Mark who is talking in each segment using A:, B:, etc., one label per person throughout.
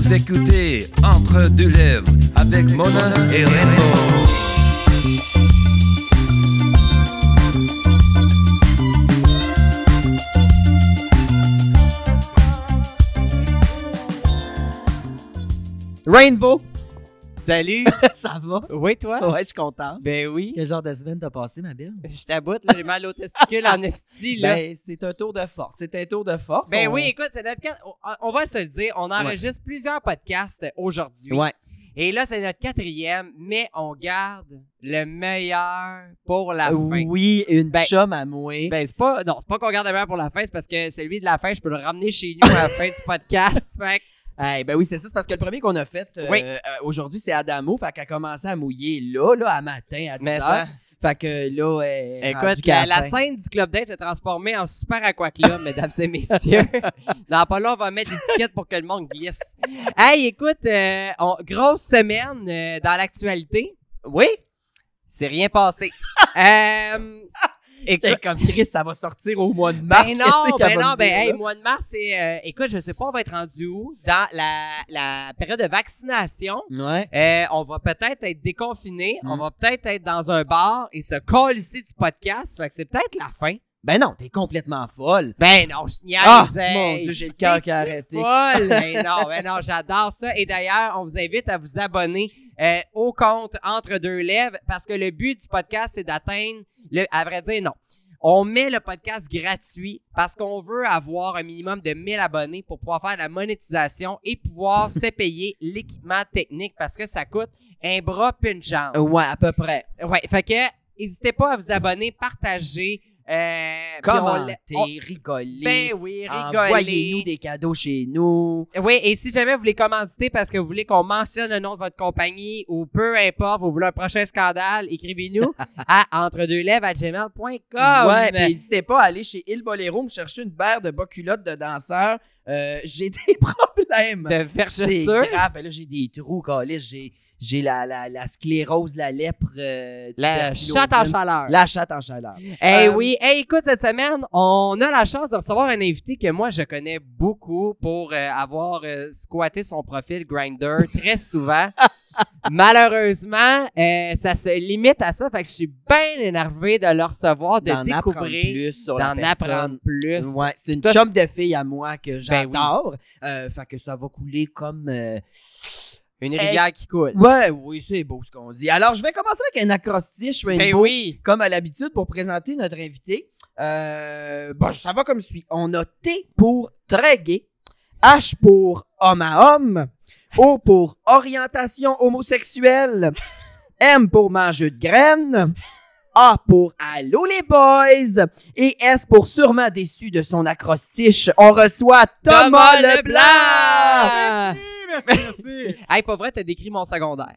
A: s'écouter entre deux lèvres avec Mona et Rainbow.
B: Rainbow,
C: Salut!
B: ça va?
C: Oui, toi?
B: Ouais, je suis contente.
C: Ben oui.
B: Quel genre de semaine t'as passé, ma belle?
C: Je t'aboute, là, j'ai mal au testicule en esti, là. Ben,
B: Ben, c'est un tour de force. C'est un tour de force. On-
C: oui, écoute, c'est notre... quat- on- on va se le dire, on enregistre plusieurs podcasts aujourd'hui.
B: Ouais.
C: Et là, c'est notre quatrième, mais on garde le meilleur pour la fin.
B: Oui, une
C: Ben-
B: chum à moi.
C: Ben, c'est pas... Non, c'est pas qu'on garde le meilleur pour la fin, c'est parce que celui de la fin, je peux le ramener chez nous à la fin du podcast. Fait que-
B: Hey, ben oui, c'est ça. C'est parce que le premier qu'on a fait euh,
C: Oui.
B: euh, aujourd'hui, c'est Adamo. Fait qu'elle a commencé à mouiller là, là, à matin, à 10
C: Mais
B: h
C: ça...
B: Fait que là, elle est rendue
C: Écoute,
B: qu'à
C: la, la
B: fin.
C: scène du Club Date s'est transformée en super aqua club, mesdames et messieurs. Dans pas là, on va mettre des tickets pour que le monde glisse. Hey, écoute, euh, on- grosse semaine euh, dans l'actualité. Oui? C'est rien passé. euh,
B: J'étais
C: écoute-
B: comme Chris, ça va sortir au mois de mars.
C: ben
B: Qu'est-ce
C: non,
B: qu'elle
C: ben
B: va
C: non,
B: me
C: ben
B: dire,
C: hey,
B: là?
C: mois de mars, c'est... euh, écoute, je sais pas, on va être rendu où? Dans la, la période de vaccination.
B: Ouais.
C: Euh, on va peut-être être déconfiné, on
B: Mm.
C: va peut-être être dans un bar et se colisser du podcast. Fait que c'est peut-être la fin.
B: Ben non, t'es complètement folle.
C: Ben non, je niaise.
B: Ah,
C: hey.
B: mon Dieu, j'ai le cœur qui a arrêté.
C: Folle. Ben non, ben non, j'adore ça. Et d'ailleurs, on vous invite à vous abonner euh, au compte Entre deux lèvres parce que le but du podcast, c'est d'atteindre, le, à vrai dire, non. On met le podcast gratuit parce qu'on veut avoir un minimum de 1000 abonnés pour pouvoir faire la monétisation et pouvoir se payer l'équipement technique parce que ça coûte un bras puis une jambe.
B: Ouais, à peu près.
C: Ouais, fait que n'hésitez pas à vous abonner, partager, euh, puis on
B: Commenter,
C: on-
B: rigoler.
C: ben oui,
B: Envoyez-nous
C: rigolez.
B: des cadeaux chez nous.
C: Oui, et si jamais vous les commanditez parce que vous voulez qu'on mentionne le nom de votre compagnie ou peu importe, vous voulez un prochain scandale, écrivez-nous à entre deux lèvres à gmail.com.
B: ouais, puis n'hésitez pas à aller chez Il Bolero me chercher une paire de bas culottes de danseur. Euh, j'ai des problèmes.
C: de
B: C'est
C: vergeture.
B: grave. Ben là, j'ai des trous, calice. J'ai, j'ai la, la, la sclérose, la lèpre. euh,
C: La
B: tuberculose.
C: chatte en chaleur.
B: La chatte en chaleur.
C: Eh
B: Euh,
C: oui, eh écoute, cette semaine, on a la chance de recevoir un invité que moi, je connais beaucoup pour euh, avoir euh, squatté son profil Grinder très souvent. Malheureusement, euh, ça se limite à ça, fait que je suis bien énervé de le recevoir, de
B: D'en apprendre
C: découvrir,
B: plus sur la
C: d'en
B: personne.
C: apprendre plus.
B: Ouais, c'est une
C: Toi,
B: chum de fille à moi que
C: Ben oui.
B: j'adore. Euh, fait que ça va couler comme. euh,
C: Une
B: rivière
C: qui coule.
B: Ouais, oui, c'est beau ce qu'on dit. Alors, je vais commencer avec un acrostiche, Rainbow.
C: Ben oui.
B: comme à l'habitude, pour présenter notre invité. Euh, bon, ça va comme suit. On a T pour très gay, H pour homme à homme, O pour orientation homosexuelle, M pour mangeux de graines, A pour allô les boys et S pour sûrement déçu de son acrostiche. On reçoit Thomas, Leblanc.
D: Merci, merci, merci.
C: Hey, pas vrai, t'as décrit mon secondaire.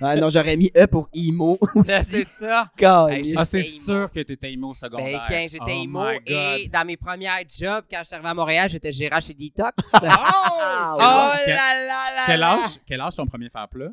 B: Ah non, j'aurais mis E pour imo
C: c'est
B: aussi.
C: ça.
B: Caliste.
C: Hey,
D: ah, c'est
C: J'étais
D: sûr que t'étais IMO au secondaire.
C: Ben, quand j'étais
D: Oh
C: IMO
D: my God.
C: et dans mes premières jobs, quand je suis arrivé à Montréal, j'étais gérant chez Detox. oh
B: Ah,
C: là
B: ouais.
C: là
D: Quel-
C: là
D: Quel
C: là.
D: âge, quel âge ton premier faire plat?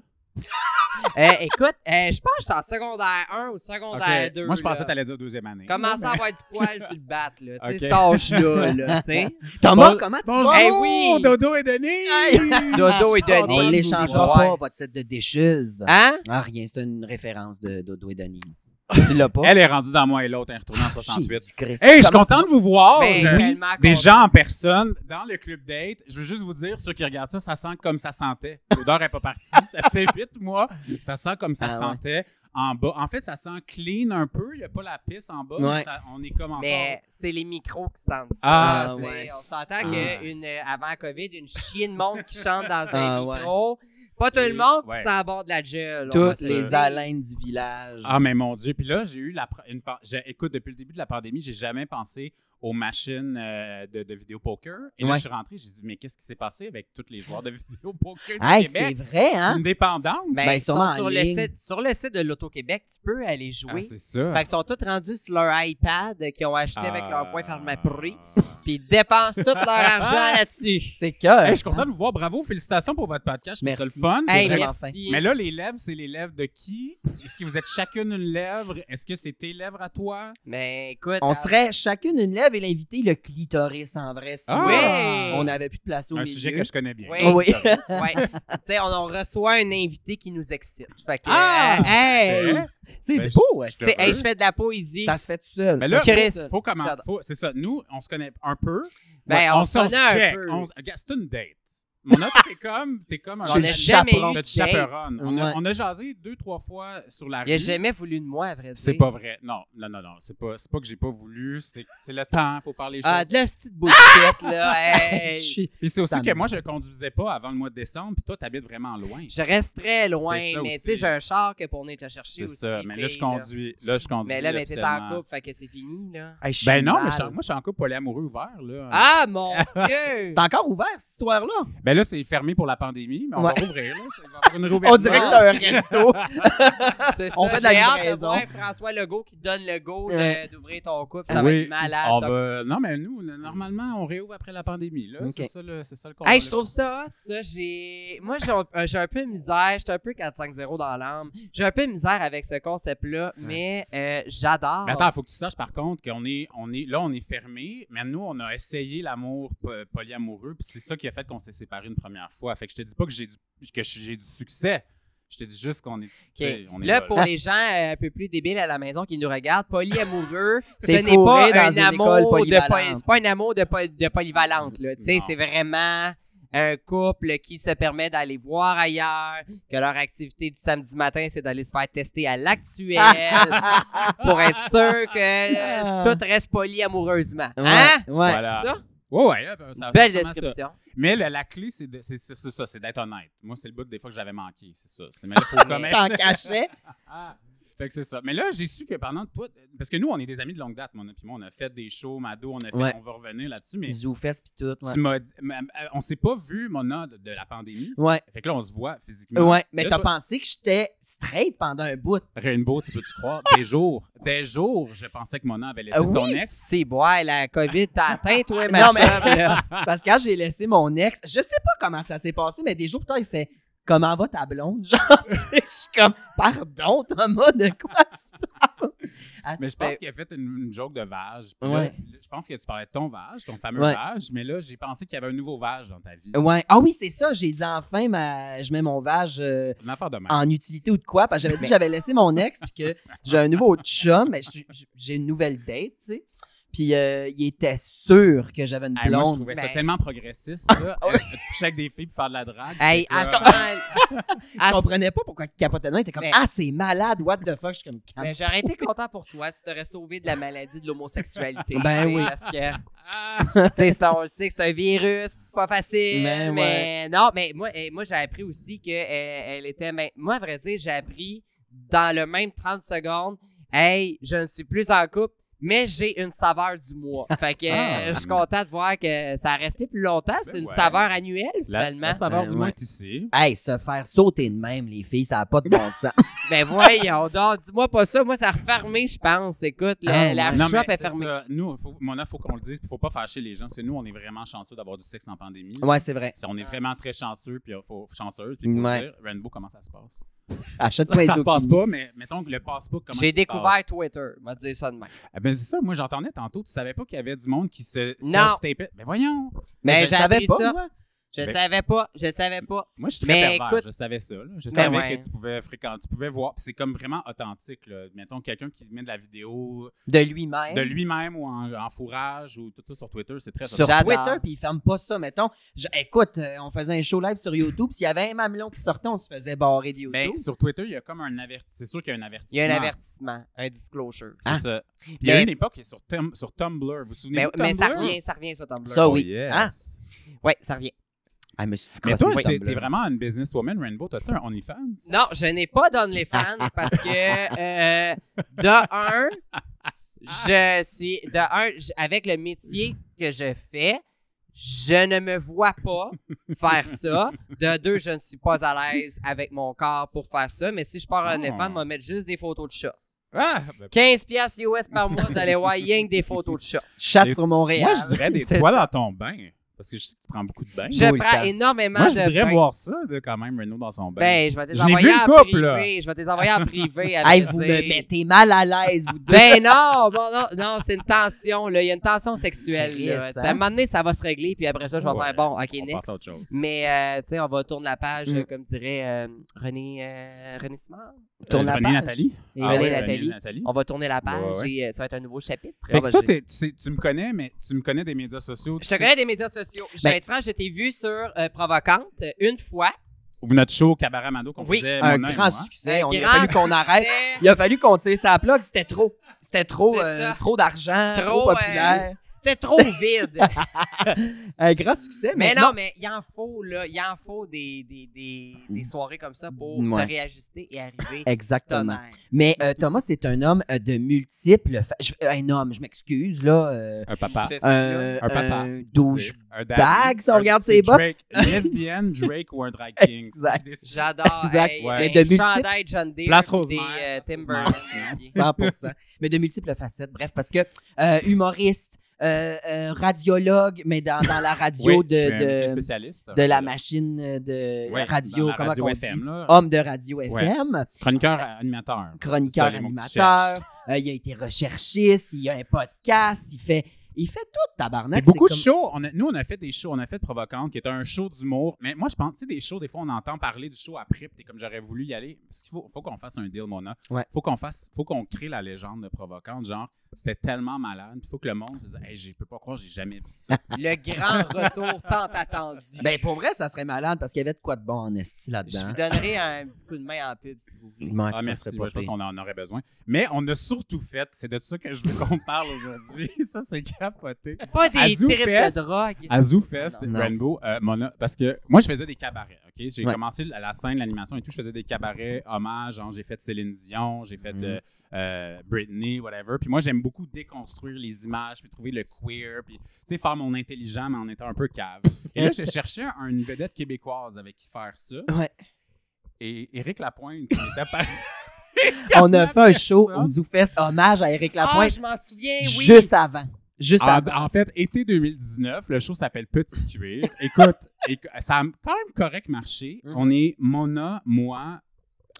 C: Euh, écoute, euh, je pense que j'étais en secondaire 1 ou secondaire 2.
D: Moi, je pensais que
C: que
D: t'allais dire deuxième année.
C: Commençais à avoir du poil sur le bat, là. Tu sais,
D: Ok.
C: cet âge-là, là. Tu sais.
B: Thomas,
D: Bon-
B: comment tu
D: Bonjour,
B: vas?
C: Eh oui.
D: Dodo et Denis!
C: Dodo et Denis.
B: On
C: Denise,
B: l'échangera
C: ouais.
B: pas, votre set de décheuses.
C: Hein?
B: Ah, rien, c'est une référence de Dodo et Denise. Tu l'as pas?
D: Elle est rendue dans moi et l'autre, elle est retournée en
C: Ah,
D: 68.
B: Jésus-Christ.
D: Hey, je suis
B: Comment
D: content de vous voir!
C: Ben,
D: euh,
C: tellement
D: Des
C: content.
D: gens en personne dans le club date. Je veux juste vous dire, ceux qui regardent ça, ça sent comme ça sentait. L'odeur n'est pas partie. Ça fait huit mois. Ça sent comme ça
B: Ah ouais.
D: sentait en bas. En fait, ça sent clean un peu. Il n'y a pas la pisse en bas.
B: Ouais.
D: Ça- on est comme en
C: Mais c'est les micros qui sentent ça.
D: Ah,
C: C'est-
B: ouais.
C: On s'entend
B: Ah.
C: qu'une euh, avant COVID, une chier de monde qui chante dans
B: Ah,
C: un
B: ouais.
C: micro. Pas tout le monde qui
D: Ouais.
C: sent à bord de la gueule. on va
B: Toutes
C: se
B: les
C: dire.
B: haleines du village.
D: Ah, mais mon Dieu. Puis là, j'ai eu la. pr- Une, pan- j'ai- écoute, depuis le début de la pandémie, j'ai jamais pensé aux machines euh, de, de vidéo poker. Et là,
B: Ouais.
D: je suis rentré, j'ai dit, mais qu'est-ce qui s'est passé avec tous les joueurs de vidéo poker du
B: Hey, c'est
D: Québec?
B: vrai,
D: C'est
B: hein?
D: une dépendance.
C: Ben,
B: Ben,
C: ils sont
B: sûrement en
C: sur, le
B: ligne.
C: site, sur le site de l'Auto-Québec, tu peux aller
D: Ah,
C: jouer.
D: c'est ça.
C: fait qu'ils sont tous rendus sur leur iPad euh, qu'ils ont acheté avec leur point fermé prix.
D: Ah.
C: Puis ils dépensent tout leur argent là-dessus.
B: C'est cœur.
D: Hey, je suis content de vous voir. Bravo. Félicitations pour votre podcast. C'est le
B: Merci.
D: fun.
C: Hey,
D: J'ai-
B: vraiment
C: merci.
D: Mais là, les lèvres, c'est les lèvres de qui? Est-ce que vous êtes chacune une lèvre? Est-ce que c'est tes lèvres à toi?
C: Mais écoute,
B: On
C: euh,
B: serait chacune une lèvre avait l'invité le clitoris en vrai. si
D: Ah!
C: Oui.
B: On n'avait plus de place au
D: Un
B: milieu.
D: sujet que je connais bien.
C: Oui.
B: Oh oui.
C: euh, Ouais. tu sais, on en reçoit un invité qui nous excite. Fait que,
D: Ah!
C: euh, hey!
D: Ben,
B: C'est
D: Ben,
B: c'est beau.
D: je-
B: ouais.
D: te
C: C'est-
D: veux.
C: hey, je fais de la poésie.
B: Ça se fait tout seul.
D: Mais
B: Ça
D: là,
B: se fait tout
C: Chris,
B: seul.
D: faut comment
C: J'adore.
D: faut- C'est ça. Nous, on se connaît un peu.
C: Ben,
D: Ouais,
C: on
D: se-
C: se connaît un
D: check.
C: peu.
D: On se- regarde, C'est une date. Mon autre, t'es comme, t'es comme un
B: J'en ai
D: notre-
B: jamais eu de
D: notre
C: date.
D: chaperonne. On, a,
B: Ouais.
D: on a jasé deux, trois fois sur la
C: Il a
D: rue.
C: jamais voulu de moi, à vrai dire.
D: C'est pas vrai. Non, non, non, non. C'est pas, c'est pas que j'ai pas voulu. C'est c'est le temps. Faut faire les choses.
C: Ah, de la petite bullshit, là.
B: Je
C: Hey!
B: suis-
D: Puis c'est aussi
B: Ça
D: que
B: me-
D: moi, je conduisais pas avant le mois de décembre. Puis toi, t'habites vraiment loin.
C: Je reste très loin,
D: C'est ça
C: mais
D: aussi.
C: tu sais, j'ai un char que pour venir te chercher
D: C'est
C: aussi.
D: ça. Mais là, je
C: fille,
D: conduis. Là, je conduis.
C: Mais là, mais t'es en
D: officiellement.
C: couple, fait que c'est fini, là.
B: Hey, je suis
D: Ben non, mais
B: mal.
D: je suis en- moi, je suis en couple polyamoureux ouvert. Là.
C: Ah, mon Dieu!
B: C'est encore ouvert, cette histoire-là.
D: Ben là, c'est fermé pour la pandémie, mais on
B: Ouais.
D: va rouvrir. Là. Ça va avoir une réouverture.
B: On dirait que t'as un resto.
C: C'est ça,
B: On fait de la
C: J'ai hâte de
B: livraison.
C: voir François Legault qui te donne le go de-
B: Ouais.
C: d'ouvrir ton couple. Ça va
D: Oui,
C: être malade.
D: on
C: Donc,
D: va- Non, mais nous, le- normalement, on réouvre après la pandémie. là.
B: Ok.
D: C'est ça le, c'est ça le
C: Hey, je trouve ça hot, ça. J'ai... Moi, j'ai un, euh, j'ai un peu de misère. J'étais un peu 4-5-0 dans l'âme. J'ai un peu de misère avec ce concept-là, mais euh, j'adore.
D: Mais attends, il faut que tu saches par contre qu'on est, on est, là, on est fermé, mais nous, on a essayé l'amour po- polyamoureux, puis c'est ça qui a fait qu'on s'est séparés une première fois. Fait que je te dis pas que j'ai du, que j'ai du succès. Je te dis juste qu'on est, tu
C: OK.
D: sais, on est
C: Là,
D: là.
C: pour les gens euh, un peu plus débiles à la maison qui nous regardent, polyamoureux, ce
B: C'est
C: n'est pas
B: fourré dans
C: un
B: une
C: amour
B: école
C: de poly-
B: polyvalente.
C: c'est pas un amour de, poly- de polyvalente. là. Tu sais,
D: Non.
C: c'est vraiment un couple qui se permet d'aller voir ailleurs, que leur activité du samedi matin, c'est d'aller se faire tester à l'actuel pour être sûr que euh, tout reste poli amoureusement. Hein?
B: Ah. Ouais. ouais.
D: Voilà.
C: C'est ça?
D: Ouais, ouais, euh, ça- ça-
C: Belle
D: ça- ça-
C: description.
D: Mais la, la clé, c'est de- c'est- c'est- c'est ça, c'est d'être honnête. Moi, c'est le bout des fois que j'avais manqué, c'est ça. C'était- Mais là, faut comme être-
B: T'en cachais.
D: Ah, fait que c'est ça. Mais là, j'ai su que pendant toi, parce que nous, on est des amis de longue date, mon ami, puis moi, on a fait des shows, Mado, on a fait,
B: Ouais.
D: on va revenir là-dessus, mais
B: Zoufesse pis tout.
D: tu m'as, m- m- on s'est pas vu, Mona, de, de la pandémie.
B: Ouais.
D: Fait que là, on se voit physiquement.
B: Ouais. Mais
D: Là,
B: t'as
D: toi-
B: pensé que j'étais straight pendant un bout.
D: Rainbow, tu peux-tu croire? Des jours, des jours, je pensais que Mona avait laissé
C: Ah
D: son
C: oui,
D: ex.
C: C'est boire la COVID, t'as atteint, toi, ma
B: Non,
C: chum,
B: mais-
C: là.
B: Parce que quand j'ai laissé mon ex, je sais pas comment ça s'est passé, mais des jours plus tard, il fait Comment va ta blonde? Genre, tu sais, je suis comme Pardon, Thomas, de quoi tu parles? Ah,
D: Mais je pense qu'il a fait une, une joke de vage. Puis
B: Ben Ouais.
D: là, je pense que tu parlais de ton vage, ton fameux
B: Ouais.
D: vage, mais là, j'ai pensé qu'il y avait un nouveau vage dans ta vie.
B: Ouais. Ah oui, c'est ça, j'ai dit enfin, ma... je mets mon vage euh,
D: Une affaire de Ah, merde.
B: en utilité ou de quoi, parce que j'avais dit que j'avais laissé mon ex, puis que j'ai un nouveau chum, mais je- je- j'ai une nouvelle date, tu sais. Puis euh, il était sûr que j'avais une
D: Hey, Ah, moi, je
B: blonde.
D: trouvais ça
C: ben-
D: tellement progressiste, là. euh, coucher avec des filles pour faire de la drague.
C: Hey,
D: j'étais
C: à
D: comme-
B: je comprenais pas pourquoi il capotait de même. Il était comme
C: Mais-
B: Ah, c'est malade, what the fuck. Je suis comme
C: Mais j'aurais été content pour toi tu t'aurais sauvé de la maladie de l'homosexualité.
B: Ben
C: tu sais,
B: oui.
C: Parce que, tu sais, c'est- on le sait que c'est un virus, puis c'est pas facile. Mais,
B: Mais
C: non, mais moi, eh, moi j'ai appris aussi que euh, elle était. ma- moi, à vrai dire, j'ai appris dans le même 30 secondes Hey, je ne suis plus en couple. Mais j'ai une saveur du mois. Fait que
D: Ah.
C: euh, je suis content de voir que ça a resté plus longtemps. C'est
D: Ben
C: une
D: ouais.
C: saveur annuelle,
D: La,
C: finalement.
D: la saveur
B: Ben
D: du mois
B: ouais.
D: est ici.
B: Hey, se faire sauter de même, les filles, ça n'a pas de bon sens.
C: Ben voyons donc, dis-moi pas ça. Moi, ça a refermé, je pense. Écoute, la,
B: Ah,
C: la
B: ouais.
D: Non,
C: shop
D: mais
C: est
D: c'est
C: fermée.
D: ça. Nous, faut, Mona, faut qu'on le dise. Il faut pas fâcher les gens. Parce que nous, on est vraiment chanceux d'avoir du sexe en pandémie.
B: ouais, c'est vrai.
D: C'est- On est vraiment très chanceux, puis euh, faut, chanceuse. Puis faut
B: Ouais.
D: dire, Rainbow, comment ça se passe?
B: Achète-toi
D: ça
B: les
D: se passe
B: zucchini.
D: pas, mais mettons que le passe pas, comment
C: J'ai
D: ça se
C: découvert
D: passe?
C: Twitter, m'a dit ça de même.
D: Ah, Ben, c'est ça. Moi, j'entendais tantôt, tu savais pas qu'il y avait du monde qui se
C: Non.
D: self-tapait. Mais voyons!
B: Mais,
C: Mais
B: je
C: j'ai
B: savais
C: appris
B: pas,
C: ça.
B: moi.
C: Je
D: Ben-
C: savais pas, je savais pas.
D: Moi, je suis très
C: Mais
D: pervers.
C: écoute-
D: je savais ça. là. Je
C: Mais
D: savais
C: ouais.
D: que tu pouvais fréquenter, tu pouvais voir. Puis c'est comme vraiment authentique. là. Mettons, quelqu'un qui met de la vidéo
B: De lui-même.
D: de lui-même ou en, en fourrage ou tout ça sur Twitter, c'est très
B: Sur
D: authentique.
C: J'adore.
B: Twitter, puis ils ferment pas ça, mettons. Je- écoute, euh, on faisait un show live sur YouTube. S'il y avait un mamelon qui sortait, on se faisait barrer de YouTube.
D: Mais Ben, sur Twitter, il y a comme un avertissement. C'est sûr qu'il y a un
C: Il y
D: avertissement.
C: a un avertissement, un disclosure.
D: C'est ça. Puis il y
C: Mais-
D: a une époque sur, Tum- sur Tumblr. Vous vous souvenez
C: Mais,
D: de
C: mais
D: Tumblr?
C: ça revient, ça revient sur Tumblr.
B: Ça,
D: Oh,
B: oui.
C: Ah.
D: yes.
C: Ouais, ça revient.
B: Ah, me suis dit,
D: Mais toi,
B: crossez
D: t'es
B: Tumblr.
D: t'es vraiment une businesswoman, Rainbow. T'as-tu un OnlyFans?
C: Non, je n'ai pas d'OnlyFans parce que, euh, de un, je suis, de un, j- avec le métier que je fais, je ne me vois pas faire ça. De deux, je ne suis pas à l'aise avec mon corps pour faire ça. Mais si je pars en
D: Oh.
C: OnlyFans, on va mettre juste des photos de chats.
D: Ah, ben,
C: 15 piastres US par mois, vous allez voir rien que des photos de chats.
B: Chatte sur Montréal.
D: moi, je dirais des
C: hein. C'est
D: toits dans ton bain. Parce que je sais que tu prends beaucoup de bains.
C: Je
B: Tout le
C: prends
B: temps.
C: énormément
D: Moi, je
C: de
D: voudrais
C: bains.
D: voir ça, de, quand même, Renaud dans son bain.
C: Ben, je vais te les
D: Je l'ai vu,
C: envoyer
D: le
C: en
D: couple, là.
C: privé. Je vais te les envoyer en privé. à
B: Hey,
C: vrai
B: vous me
C: dire.
B: mettez mal à l'aise, vous deux.
C: Ben non, bon, non, non, c'est une tension, là. Il y a une tension sexuelle, là.
B: Chris, hein?
C: À un moment donné, ça va se régler, puis après ça, je vais
D: Ouais.
C: faire bon, ok,
D: on passe à
C: next.
D: autre chose.
C: Mais, euh, tu sais, on va tourner la page,
B: Mm.
C: euh, comme dirait euh, René, euh, René Simard.
B: Tourne la
D: René
B: page.
D: Nathalie.
C: Et
D: Ah
C: René
D: ouais,
C: Nathalie.
D: René Nathalie.
C: On va tourner la page
D: Ouais, ouais.
C: et euh, ça va être un nouveau chapitre.
D: Fait
C: Ah,
D: que
C: bah,
D: toi,
C: je-
D: t'es- tu, sais, tu me connais, mais tu me connais des médias sociaux.
C: je
D: tu
C: te
D: sais-
C: connais des médias sociaux. Je
B: Ben-
C: vais être franc, je t'ai vu sur euh, Provocante euh, une fois.
D: Ou notre show Cabaret Mando qu'on
C: Oui,
D: faisait,
B: un
D: Mona et
B: grand
D: moi.
B: succès.
C: Un
B: On- il a
C: grand
B: fallu qu'on
C: succès.
B: arrête. Il a fallu qu'on tire sa plaque. C'était trop. C'était trop,
C: C'est
B: euh,
C: ça.
B: trop d'argent, trop,
C: Trop, euh,
B: populaire.
C: C'était trop vide.
B: Un grand succès,
C: mais non, mais il en faut, là. Il en faut des, des, des, des soirées comme ça pour
B: Ouais.
C: se réajuster et arriver.
B: Exactement.
C: tonnerre.
B: Mais euh, Thomas, c'est un homme euh, de multiples. fa- je- euh, un homme, je m'excuse, là. euh,
D: Un papa.
C: Fait-
B: un,
D: Un papa.
B: un douche.
D: Un
B: Bag, si on
D: un-
B: regarde
D: c'est
B: ses bottes.
D: Drake, une lesbienne, Drake ou un drag king.
B: Exact.
C: J'adore.
B: Exact.
C: Hey,
D: Ouais.
C: Mais
B: Mais de
C: de
B: multiples-
C: chandail John Deere.
D: Place
C: puis
D: Rosemère,
C: Des, euh,
D: Place
C: Timberland,
D: Rosemère,
C: puis-
B: 100%. mais de multiples facettes. Bref, parce que euh, humoriste, euh, euh, radiologue, mais dans, dans la radio
D: Oui, je suis un métier
B: de, de,
D: spécialiste.
B: de la machine euh, de
D: Ouais,
B: radio,
D: dans la
B: comment
D: radio
B: on
D: FM,
B: dit? Ah.
D: là.
B: Homme de radio
D: Ouais.
B: FM,
D: Chroniqueur euh, animateur.
B: chroniqueur
D: C'est ça, les mots que tu
B: animateur,
D: cherches.
B: euh, il a été recherchiste, il a un podcast, il fait, il fait tout,
D: Puis
B: tabarnak.
D: beaucoup
B: c'est
D: de shows. On a- nous, on a fait des shows. On a fait Provocante, qui était un show d'humour. Mais moi, je pense, tu sais, des shows, des fois, on entend parler du show après, puis t'es comme j'aurais voulu y aller. Parce qu'il faut, faut qu'on fasse un deal, Mona.
B: Ouais.
D: Faut qu'on fasse, faut qu'on crée la légende de Provocante. Genre, c'était tellement malade. Il faut que le monde se dise, hey, je peux pas croire, j'ai jamais vu ça.
C: Le grand retour tant attendu.
B: Ben, pour vrai, ça serait malade parce qu'il y avait de quoi de bon en esti
C: je
B: là-dedans.
C: vous donnerai un petit coup de main en pub si vous voulez.
B: Ouais,
D: Ah,
B: ça
D: merci.
B: serait
D: Ouais,
B: pas
D: je pense
B: pire.
D: qu'on en aurait besoin. Mais on a surtout fait, c'est de ça que je veux qu'on parle aujourd'hui. ça, c'est capoté.
C: Pas des
D: Azou
C: tripes
D: Fest.
C: de drogue.
D: À
C: Ah,
D: ZooFest,
B: Non.
D: Rainbow, euh, Mona, parce que moi, je faisais des cabarets. OK? J'ai
B: Ouais.
D: commencé la, la scène, l'animation et tout. Je faisais des cabarets, hommages. genre, j'ai fait Céline Dion, j'ai fait
B: Mhm.
D: euh, euh, Britney, whatever. Puis moi, j'aime beaucoup déconstruire les images, puis trouver le queer, puis tu sais, faire mon intelligent, mais en étant un peu cave. et là, je cherchais un- une vedette québécoise avec qui faire ça.
B: Ouais.
D: Et Éric Lapointe, qui était apparu.
B: On a fait un show
D: ça.
B: au ZooFest, hommage à Eric
C: Ah,
B: Lapointe,
C: je m'en souviens,
B: ben
C: oui.
B: juste avant. Juste
D: En,
B: avant.
D: en fait, été 2019, le show s'appelle Petit Cuir. Écoute, éc- ça a quand même correct marché.
B: Mhm.
D: On est Mona, moi,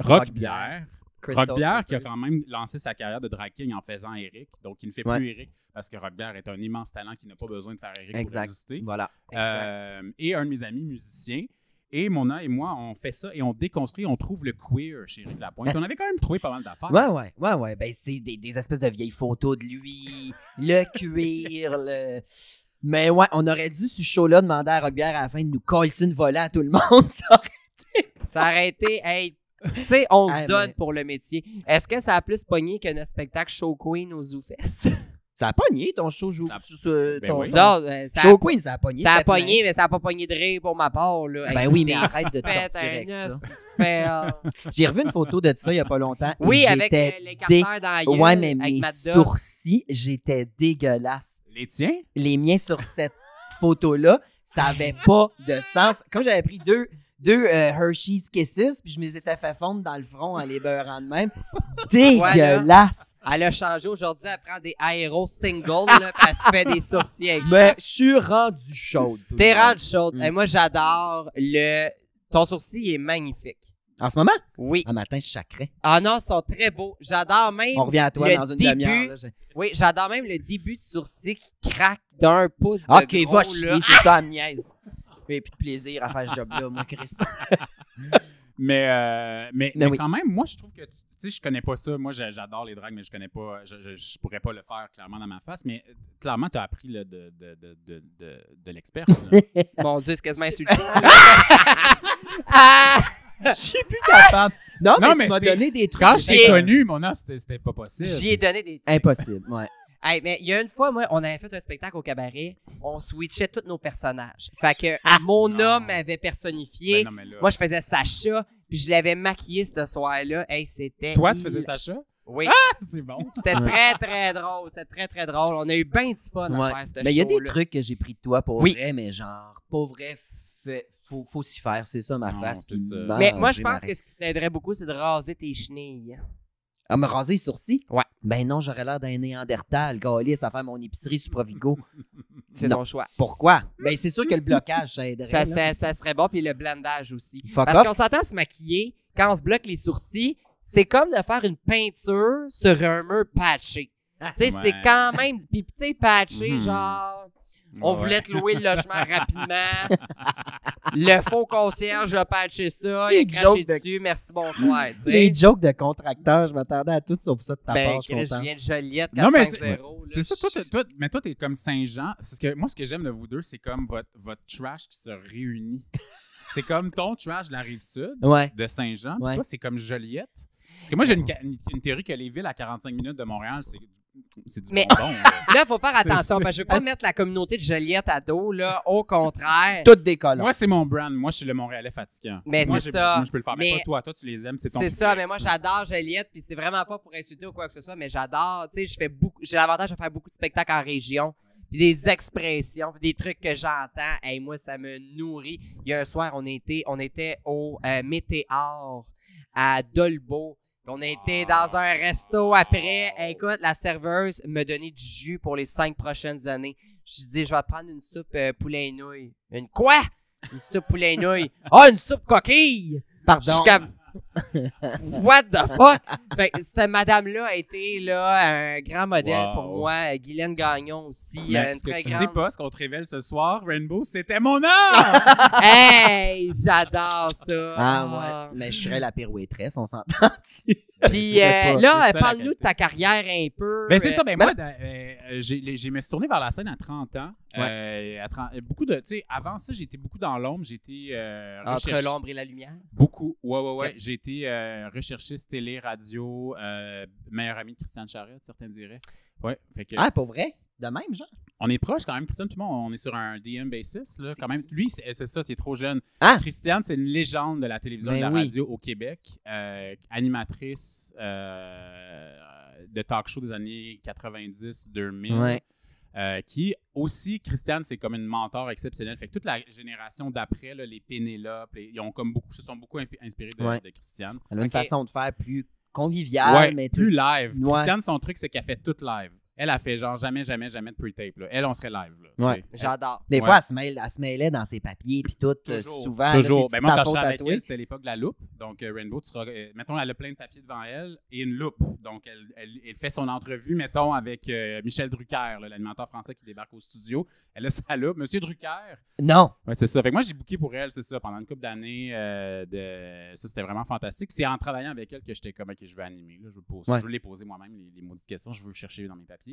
D: Rockbière. Rockbière qui a quand même lancé sa carrière de drag king en faisant Eric. Donc, il ne fait plus
B: Ouais.
D: Eric parce que Rockbière est un immense talent qui n'a pas besoin de faire Eric pour
B: Exact.
D: exister.
B: Voilà.
D: Euh, et un de mes amis musiciens. Et Mona et moi, on fait ça et on déconstruit, on trouve le queer chez Eric Lapointe. on avait quand même trouvé pas mal d'affaires.
B: Ouais, ouais, ouais, ouais. Ben, c'est des, des espèces de vieilles photos de lui, le cuir, le. Mais ouais, on aurait dû, sur ce show-là, demander à Rockbière à la fin de nous coller une volée à tout le monde. ça.
C: Ça a arrêté. Hey, tu sais, on se
B: Hey,
C: donne
B: mais-
C: pour le métier. Est-ce que ça a plus pogné que notre spectacle Show Queen aux Zoufest?
B: Ça a pogné ton show. jou-
D: Ça-
B: sous- sous-
D: Ben
B: ton-
D: oui.
C: Ça, euh, ça,
B: Show Queen, ça a pogné.
C: ça a
B: c'était plein.
C: pogné, mais ça a pas pogné de rire pour ma part. Là.
B: Ben
C: Hey,
B: oui,
C: je
B: mais
C: t'ai
B: arrête de te
C: fait
B: torturer avec
C: un
B: ça.
C: hostie de fail.
B: J'ai revu une photo de ça il y a pas longtemps. et
C: Oui, avec
B: j'étais
C: euh, l'écarteur dans la gueule,
B: Ouais, mais
C: avec
B: mes
C: Matt Duff.
B: sourcils, j'étais dégueulasse.
D: Les tiens?
B: les miens sur cette photo-là, ça avait pas de sens. Comme j'avais pris deux, deux euh, Hershey's Kisses, puis je me les étais fait fondre dans le front en les beurrant de même. Dégueulasse!
C: Elle a changé aujourd'hui, elle prend des aéros singles, là, puis elle se fait des sourcils avec ça.
B: Mais je suis rendu chaude. tout le
C: T'es
B: monde.
C: rendu chaude.
B: Mm.
C: Et moi, j'adore le. Ton sourcil il est magnifique.
B: En ce moment?
C: Oui.
B: Un matin, je chacrais.
C: Ah non, ils sont très beaux. J'adore même.
B: On revient à toi
C: le
B: dans une
C: début-
B: demi-heure. là, j'ai-
C: Oui, j'adore même le début du sourcil qui craque d'un pouce. De
B: Ok,
C: gros,
B: va
C: là. Ah!
B: chier, c'est ça, elle me niaise. J'ai plus de plaisir à faire ce job-là, moi, Chris.
D: Mais, euh, mais,
B: Ben
D: mais
B: oui.
D: quand même, moi, je trouve que, tu sais, je connais pas ça. Moi, j'a- j'adore les dragues, mais je connais pas, je, je, je pourrais pas le faire clairement dans ma face. Mais euh, clairement, tu as appris là, de, de, de, de, de, de l'expert. là.
C: Mon Dieu, c'est quasiment insultant.
B: Je suis plus capable. Non, mais,
D: Non,
B: tu
D: mais
B: m'as
D: c'était-
B: donné des trucs.
D: Quand je t'ai
C: J'ai-
D: connu, mon nom, c'était c'était pas possible.
C: J'y ai donné des.
B: Impossible, ouais.
C: Hey, mais il y a une fois, moi, on avait fait un spectacle au cabaret. On switchait tous nos personnages. Fait que mon
D: Non.
C: homme
D: Ben
C: m'avait personnifié.
D: non, mais là,
C: moi, je faisais Sacha, puis je l'avais maquillé ce soir-là. Hey, c'était.
D: toi, tu faisais Sacha?
C: Oui.
D: Ah, c'est bon.
C: C'était très, très drôle. C'était très, très drôle. On a eu bien du fun
B: Ouais.
C: à faire cette
B: Mais il y a des
C: show-là.
B: trucs que j'ai pris de toi pour
C: Oui.
B: vrai, mais genre, pour vrai, fait- faut, faut s'y faire. C'est ça ma
D: Non,
B: face.
D: c'est
B: puis
D: ça.
B: ben,
C: Mais moi,
B: j'ai
C: je pense
B: marre.
C: que ce qui t'aiderait beaucoup, c'est de raser tes chenilles.
B: À Ah, me raser les sourcils?
C: Ouais.
B: Ben non, j'aurais l'air d'un Néandertal, Gaulis, à faire mon épicerie sous Provigo.
C: C'est
B: Non.
C: ton choix.
B: Pourquoi? Ben c'est sûr que le blocage, ça aiderait.
C: Ça,
B: là.
C: ça- ça serait bon, puis le blendage aussi.
B: Fuck
C: Parce
B: off.
C: qu'on s'entend se maquiller, quand on se bloque les sourcils, c'est comme de faire une peinture sur un mur patché. Tu sais, c'est
D: Ah, Ouais.
C: quand même. Puis, tu sais, patché,
D: Mhm.
C: genre. On
D: Ouais.
C: voulait te louer le logement rapidement. le faux concierge a patché ça, il
B: Les
C: a craché
B: jokes de-
C: dessus, merci, bonsoir. tu sais.
B: Les jokes de contracteur, je m'attendais à tout sauf ça de ta
C: Ben,
B: part, je suis
C: Chris, je
B: content.
C: viens de Joliette,
D: Non, mais
C: 4-5-0.
D: C'est ça, toi, t'es- toi- mais toi, t'es comme Saint-Jean. Parce que moi, ce que j'aime de vous deux, c'est comme votre, votre trash qui se réunit. c'est comme ton trash de la rive sud,
B: Ouais.
D: de Saint-Jean.
B: Ouais.
D: puis Toi, c'est comme Joliette. Parce que moi, j'ai une, ca- une- une théorie que les villes à 45 minutes de Montréal, c'est c'est du
C: Mais-
D: bonbon.
C: Là, faut faire
D: C'est
C: attention,
D: ça.
C: parce que je veux pas mettre la communauté de Joliette à dos, là. Au contraire.
B: Toutes des colons.
D: moi, c'est mon brand. Moi, je suis le Montréalais fatigant.
C: Mais
D: Moi,
C: c'est
D: j'ai-
C: ça.
D: Moi, je peux le faire. Mais,
C: Mais-
D: pas toi. Toi, tu les aimes. C'est ton
C: C'est ça, mais
D: privilège.
C: moi j'adore Joliette, puis c'est vraiment pas pour insulter ou quoi que ce soit, mais j'adore, tu sais, je fais beaucoup, j'ai l'avantage de faire beaucoup de spectacles en région, puis des expressions, puis des trucs que j'entends, et moi ça me nourrit. Il y a un soir, on était, on était au euh, Météor à Dolbeau. puis On était dans un resto après. Écoute, la serveuse me donnait du jus pour les cinq prochaines années. Je dis, je vais prendre une soupe euh, poulet et nouilles. Une quoi? Une soupe poulet et nouilles. Ah, une soupe coquille! Je
B: Pardon.
C: suis comme, What the fuck? Fait que cette madame-là a été là, un grand modèle
D: Wow.
C: pour moi. Guylaine Gagnon aussi.
D: Mais
C: euh, une
D: ce que
C: très
D: tu sais
C: grande.
D: pas, ce qu'on te révèle ce soir, Rainbow, c'était mon art!
C: Hey, j'adore ça.
B: Ah ouais. Mais je serais la pirouettresse, on s'entend-tu? Je
C: Puis
B: sais
C: euh,
B: pas.
C: là,
D: C'est
C: euh,
D: ça, la
C: parle-nous de
D: qualité.
C: ta carrière un peu.
D: Ben, c'est ça,
C: Euh,
D: ben, moi, dans- euh, euh, j'ai- les- j'ai me suis tourné vers la scène à 30 ans. Euh, à 30 euh, beaucoup de, tu sais, avant ça, j'étais beaucoup dans l'ombre, j'étais euh,
C: Entre
D: recherche-
C: l'ombre et la lumière.
D: Beaucoup, ouais, ouais, ouais. J'ai été euh, recherchiste télé, radio, euh, meilleur ami de Christiane Charette, certains diraient. Ouais, fait que,
B: Ah, pour vrai? De même, genre?
D: on est proche quand même, Christiane, tout le monde, on est sur un DM basis, là, quand même. Lui, c'est c'est ça, t'es trop jeune.
B: Ah!
D: Christiane, c'est une légende de la télévision et de
B: Ben
D: la
B: oui.
D: radio au Québec, euh, animatrice euh, de talk show des années 90-2000. Euh, qui aussi, Christiane, c'est comme une mentor exceptionnelle. Fait que toute la génération d'après, là, les Pénélope, les- ils ont comme beaucoup, se sont beaucoup imp- inspirés de,
B: Ouais.
D: de Christiane.
B: Elle a une
C: Ok.
B: façon de faire plus conviviale,
D: ouais,
B: mais
D: plus
B: plus...
D: live.
B: Ouais.
D: Christiane, son truc, c'est qu'elle fait toute live. Elle a fait genre jamais, jamais, jamais de pre-tape. là. Elle, on serait live. là, tu
B: Ouais.
D: sais.
C: J'adore.
B: Des
D: Ouais.
B: fois, elle se, mêle- elle se mêlait dans ses papiers, puis tout, euh,
D: Toujours.
B: souvent.
D: Toujours.
B: Là,
D: Ben
B: c'est
D: moi,
B: ta
D: quand
B: faute
D: j'étais
B: à
D: avec
B: toi.
D: elle, c'était l'époque de la loupe. Donc, euh, Rainbow, tu seras, euh, mettons, elle a plein de papiers devant elle et une loupe. Donc, elle, elle- elle fait son entrevue, mettons, avec euh, Michel Drucker, là, l'animateur français qui débarque au studio. Elle a sa loupe. Monsieur Drucker,
B: Non.
D: Oui, c'est ça. Fait que moi, j'ai booké pour elle, c'est ça, pendant une couple d'années. euh, de... Ça, c'était vraiment fantastique. C'est en travaillant avec elle que j'étais comme, OK, je vais animer. Là, je, veux poser,
B: Ouais.
D: je veux les poser moi-même, les, les maudites questions. Je veux chercher dans mes papiers.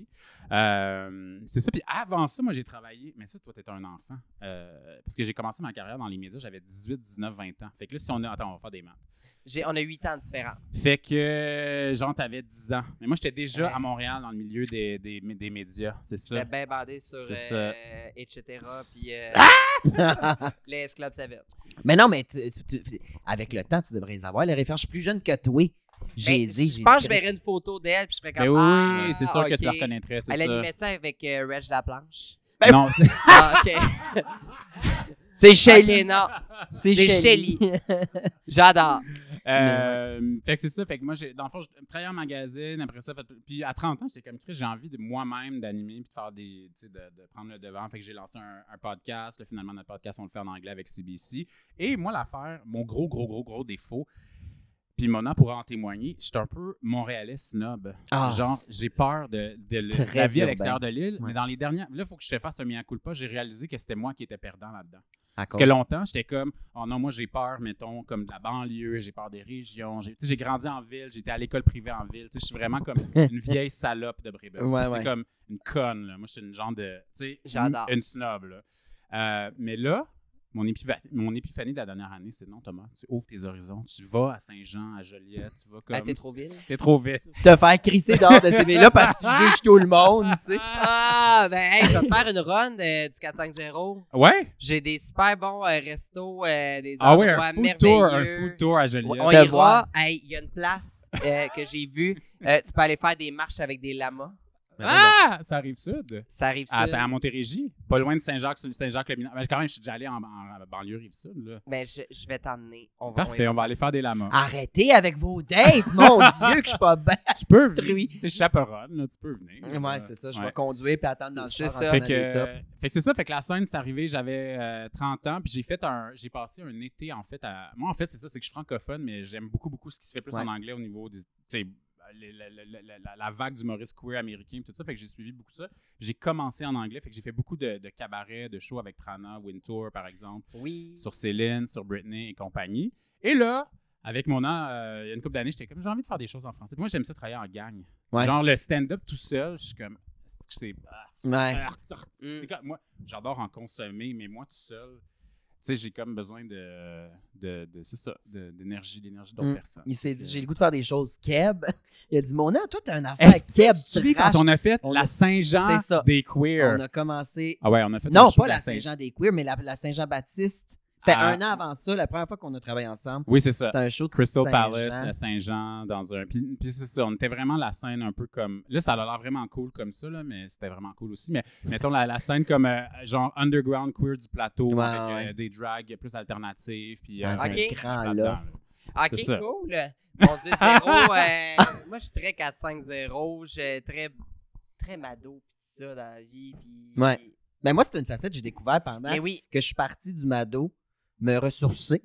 D: Euh, c'est ça. Puis avant ça, moi, j'ai travaillé. Mais ça, toi, t'étais un enfant. Euh, parce que j'ai commencé ma carrière dans les médias, j'avais 18, 19, 20 ans. Fait que là, si on a. Attends, on va faire des maths.
C: J'ai- On a 8 ans de différence.
D: Fait que, euh, genre, t'avais 10 ans. Mais moi, j'étais déjà
C: Ouais.
D: à Montréal dans le milieu des, des, des médias. C'est ça.
C: J'étais bien bandé sur
D: C'est ça. Ah!
C: euh, etc. Puis euh, les clubs Savette.
B: Mais non, mais tu- tu- tu- avec le temps, tu devrais les avoir, les références. Je suis plus jeune que toi. J'ai
C: Ben,
B: dit.
C: Je
B: j'ai
C: pense que
B: dit,
C: je verrais une photo d'elle, puis je ferais comme.
D: Ben oui,
C: ah,
D: c'est sûr que tu la
C: ok.
D: reconnaîtrais, c'est
C: Elle
D: ça.
C: animait ça avec euh, Reg Laplanche.
B: Ben-
D: Non,
C: ah, ok.
B: C'est
C: Shelly.
B: Shelly.
C: non.
B: C'est
C: c'est
B: Shelly.
C: J'adore.
D: Euh, Fait que c'est ça. Fait que moi, j'ai, dans le fond, je travaillais en magazine. Après ça, fait- puis à 30 ans, j'étais comme Chris, j'ai envie de moi-même d'animer puis de faire des, tu sais, de, de prendre le devant. Fait que j'ai lancé un, un podcast. Là, finalement, notre podcast, on le fait en anglais avec CBC. Et moi, l'affaire, mon gros, gros, gros, gros défaut, puis Mona pourra en témoigner, je suis un peu montréalais snob.
B: Ah.
D: Genre, j'ai peur de, de le-
B: Très
D: la vie à
B: urbain.
D: l'extérieur de l'île.
B: Ouais.
D: Mais dans les dernières, là, il faut que je te fasse un mea culpa. J'ai réalisé que c'était moi qui étais perdant là-dedans.
B: À
D: Parce
B: cause-
D: que longtemps, j'étais comme, oh non, moi j'ai peur, mettons, comme de la banlieue, j'ai peur des régions. J'ai tu sais, j'ai grandi en ville, j'étais à l'école privée en ville. Tu sais, Je suis vraiment comme une vieille salope de Brébeuf.
B: Ouais,
D: Tu sais,
B: ouais.
D: comme une conne. Là. Moi, je suis une genre de. tu sais,
C: J'adore.
D: Une, une snob. Là. Euh, mais là, mon, épiva- mon épiphanie de la dernière année, c'est non, Thomas, tu ouvres tes horizons, tu vas à Saint-Jean, à Joliette, tu vas comme.
C: Ah, t'es trop ville.
D: T'es trop vite.
B: Te faire crisser dehors de ces villes-là parce que tu juges tout le monde, tu sais.
C: Ah, ben, hey, je vais te faire une run euh, du 450.
D: Ouais.
C: J'ai des super bons euh, restos, euh, des
D: Ah
C: endroits
D: ouais, un food
C: merveilleux.
D: tour, un food tour à Joliette.
C: On
B: Te
C: ira.
B: voir.
C: Hey, il y a une place euh, que j'ai vue. Euh, tu peux aller faire des marches avec des lamas.
A: Mais non, non.
D: Ah! Ça arrive sud.
C: Ça arrive
D: Ah,
C: sud.
D: c'est à Montérégie, pas loin de Saint-Jacques, Saint-Jacques-le-Mineur. Mais quand même, je suis déjà allé en, en banlieue rive-sud. là.
C: Ben, je, je vais t'emmener. On va,
D: Parfait, on va aller faire des lamas.
B: Ah, Arrêtez avec vos dates, mon Dieu, que je suis pas bien.
D: Ah, tu peux
B: Truie.
D: venir, tu es chaperonne, là, tu peux venir.
B: Ouais,
D: Euh,
B: c'est ça. Je
D: ouais.
B: vais conduire puis attendre dans le
C: C'est
B: char.
C: ça.
B: en
D: Fait
B: attendant
D: que,
B: les tops.
D: euh, fait que c'est ça, fait que la scène, c'est arrivé, j'avais euh, 30 ans, puis j'ai fait un, j'ai passé un été, en fait, à, moi, en fait, c'est ça, c'est que je suis francophone, mais j'aime beaucoup, beaucoup ce qui se fait plus
C: Ouais.
D: en anglais au niveau des, tu sais, les- la, la- la- la- la vague d'humoristes queer américains, tout ça, fait que j'ai suivi beaucoup ça. J'ai commencé en anglais, fait que j'ai fait beaucoup de, de cabarets, de shows avec Trana, Wintour, par exemple,
C: Oui.
D: sur Céline, sur Britney et compagnie. Et là, avec mon an, euh, il y a une couple d'années, j'étais comme, j'ai envie de faire des choses en français. Puis moi, j'aime ça travailler en gang.
B: Ouais.
D: Genre le stand-up tout seul, je suis comme, c'est que c'est... ah,
B: Ouais.
D: ah, ah,
C: Mm.
D: c'est comme- moi, j'adore en consommer, mais moi tout seul, tu sais, j'ai comme besoin de, de, de- c'est ça, de- d'énergie, d'énergie d'autres
B: Mm.
D: personnes.
B: Il s'est dit, j'ai le goût de faire des choses keb. Il a dit, Mona, toi, t'as un affaire
D: Est-ce
B: keb.
D: que tu te dis quand
B: trash.
D: on a fait
B: On a-
D: la Saint-Jean
B: C'est ça.
D: des
B: On
D: queers?
B: a commencé.
D: Ah ouais, on a fait
B: Non,
D: un show
B: pas
D: de
B: la Saint-Jean des Queers, mais la, la Saint-Jean-Baptiste. C'était
D: Ah.
B: un an avant ça, la première fois qu'on a travaillé ensemble.
D: Oui, c'est ça.
B: C'était un show de
D: Crystal
B: Saint-Jean.
D: Palace, la Saint-Jean, dans un. Puis, puis c'est ça, on était vraiment la scène un peu comme. Là, ça a l'air vraiment cool comme ça, là, mais c'était vraiment cool aussi. Mais mettons la, la scène comme euh, genre underground queer du plateau,
B: Ouais,
D: avec euh,
B: ouais.
D: des drags plus alternatives. Puis,
B: Ah,
C: c'est
D: euh,
B: un grand
D: là-dedans, là.
B: lof.
C: Ok,
D: C'est ça.
C: cool. Mon Dieu, zéro. euh, moi, je suis très 4-5-0. Je suis très, très mado, pis tout ça, dans la vie. Pis...
B: Ouais. Ben, moi, c'était une facette que j'ai découvert pendant
C: Mais oui.
B: que je suis parti du Mado me ressourcer.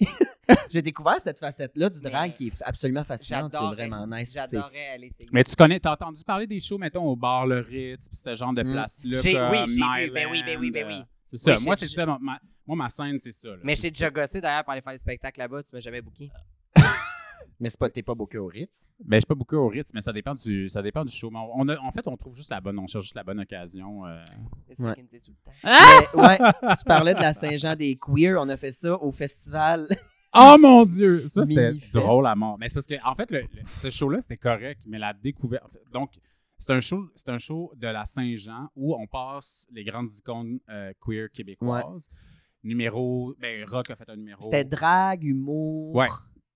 B: j'ai découvert cette facette-là du
C: Mais
B: drag qui est absolument fascinante. C'est
C: j'adorais-
B: vraiment nice. C'est-
C: J'adorais aller essayer.
D: Mais tu connais, t'as entendu parler des shows, mettons, au bar Le Ritz, puis ce genre de
B: Mm.
D: place-là.
C: Hmm. J'ai-
D: comme
C: oui, j'ai vu.
D: Nyland,
C: Ben oui, ben oui, ben oui.
D: euh, C'est ça.
C: Oui,
D: moi,
C: c'est-
D: c'est ça. ma- ma- moi, ma scène, c'est ça. là.
C: Mais je
D: C'est
C: t'ai déjà gossé d'ailleurs pour aller faire des spectacles là-bas, tu m'as jamais booké.
B: Mais c'est pas, t'es pas booké au Ritz.
D: Ben, je suis pas beaucoup au Ritz, mais ça dépend du, ça dépend du show. Mais on- on a- en fait, on trouve juste la bonne, on cherche juste la bonne occasion. euh.
C: C'est ça
B: Ouais.
C: qu'il me disait tout le temps.
D: Ah!
B: Mais, ouais, tu parlais de la Saint-Jean des Queers. On a fait ça au festival.
D: Oh mon Dieu! Ça, c'était
B: Mini-fête.
D: drôle à mort. Mais c'est parce que, en fait, le- le- ce show-là, c'était correct, mais la découverte. en fait, Donc, c'est un, show, c'est un show de la Saint-Jean où on passe les grandes icônes euh, queer québécoises. Numéro. Ben, Rock a fait un numéro.
B: C'était drag, humour,
D: Ouais.